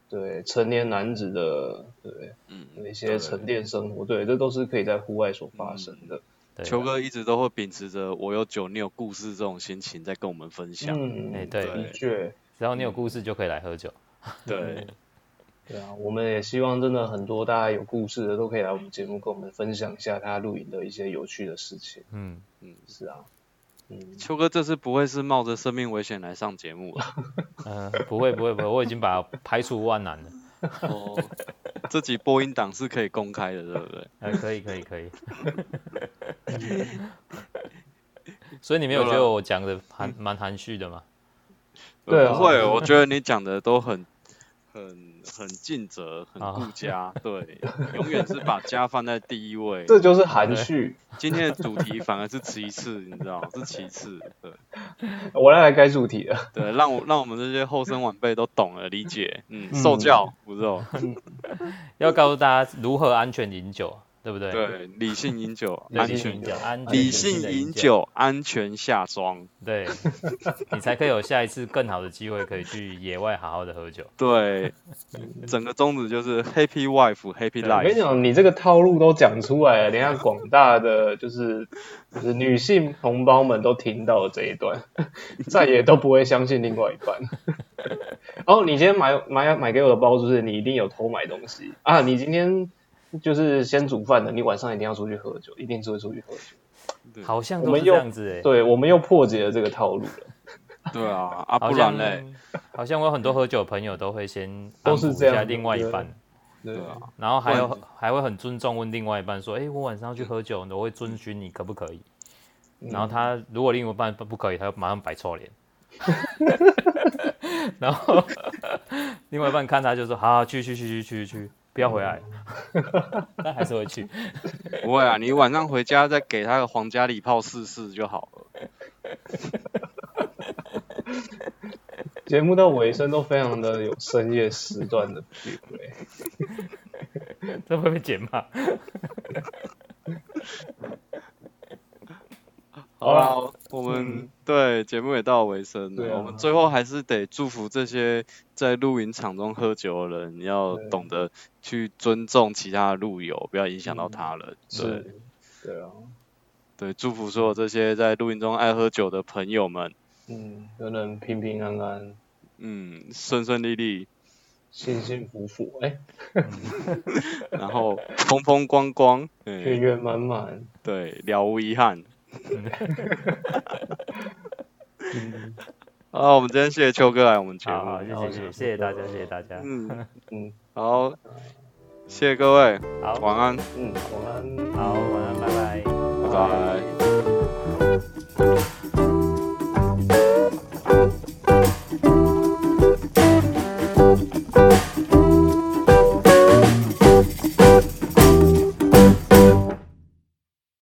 S1: 对成年男子的对
S2: 嗯，
S1: 那
S2: 对嗯
S1: 些沉淀生活，对，这都是可以在户外所发生的。
S3: 对
S2: 球哥一直都会秉持着我有酒你有故事这种心情在跟我们分享。
S1: 嗯，
S3: 哎对
S1: 的确，
S3: 只要你有故事就可以来喝酒。
S2: 对，
S1: 对啊，我们也希望真的很多大家有故事的都可以来我们节目跟我们分享一下他露营的一些有趣的事情。
S3: 嗯，
S1: 是啊，嗯，
S2: 秋哥这次不会是冒着生命危险来上节目了。
S3: 呃，不会不会不会，我已经把它排除万难了。
S2: 哦，这集播音档是可以公开的，对不对？
S3: 呃，可以可以可 以。所以你没有
S2: 有
S3: 觉
S2: 啦
S3: 得我讲的含蛮含蓄的吗？
S1: 对啊
S2: 不会，我觉得你讲的都很。很很尽责，很
S3: 啊
S2: 顾家，对，永远是把家放在第 一位。
S1: 这就是含蓄。
S2: 今天的主题反而是其次，你知道，是其次，对
S1: 我来来该主题了。
S2: 对，让我让我们这些后生晚辈都懂了理解，嗯，
S1: 嗯
S2: 受教不哦受，
S3: 要告诉大家如何安全饮酒，对不对？
S2: 对，理性饮酒，
S3: 对，
S2: 安
S3: 理性
S2: 全
S3: 饮酒，安全
S2: 理
S3: 性
S2: 性
S3: 的
S2: 饮，酒，安全下装。
S3: 对， 你才可以有下一次更好的机会可以去野外好好的喝酒。
S2: 对，整个宗旨就是 Happy Wife Happy
S3: 对
S1: 我跟你
S2: Life。
S1: 讲，你这个套路都讲出来了，连下广大的就是 就是女性同胞们都听到了这一段， 再也都不会相信另外一半。 哦，你今天买买买给我的包，就是你一定有偷买东西啊！你今天就是先煮饭的，你晚上一定要出去喝酒，一定是会出去喝酒。
S2: 对
S3: 好像
S1: 我
S3: 都
S1: 们
S3: 是
S1: 又
S3: 这样子哎、
S1: 对，我们又破解了这个套路了，
S2: 对啊，啊
S3: 好
S2: 不
S3: 像
S2: 然嘞，
S3: 好像我有很多喝酒的朋友都会先
S1: 都是
S3: 安抚
S1: 这
S3: 一
S1: 样
S3: 下
S1: 的
S3: 另外一半，
S1: 对
S3: 嗯
S2: 对啊，
S3: 然后还有
S2: 不然
S3: 还会很尊重问另外一半说，哎、我晚上要去喝酒，我会遵循你可不可以？然后他如果另一半不可以，他就马上摆臭 脸。然后 另外一半看他就说：“好、去去去去去去，不要回来。”嗯 但还是会去。
S2: 不会啊，你晚上回家再给他个皇家礼炮试试就好了。
S1: 节目到尾声都非常的有深夜时段的 feel，欸
S3: 这会被剪吗？
S2: 好
S1: 好
S2: 啦，我们对节目也到尾声
S1: 对啊
S2: 了，我们最后还是得祝福这些在露营场中喝酒的人，要
S1: 对
S2: 懂得去尊重其他的路友，不要影响到他人。对
S1: 是，对啊，
S2: 对，祝福所有这些在露营中爱喝酒的朋友们，
S1: 嗯，都能平平安安。
S2: 嗯，顺顺利利，
S1: 幸幸福福，哎、
S2: 然后风风光光，
S1: 圆
S2: 嗯，
S1: 圆满满。
S2: 对，了无遗憾。
S1: 嗯
S2: 好，我们今天谢谢秋哥来我们节
S3: 好好，
S2: 目，
S3: 谢谢谢谢谢谢大家，谢谢大家。
S2: 嗯，
S1: 嗯
S2: 好，谢谢各位，
S3: 好，
S2: 晚安，
S1: 嗯，晚安。
S3: 好，晚安，拜拜。
S2: 拜拜。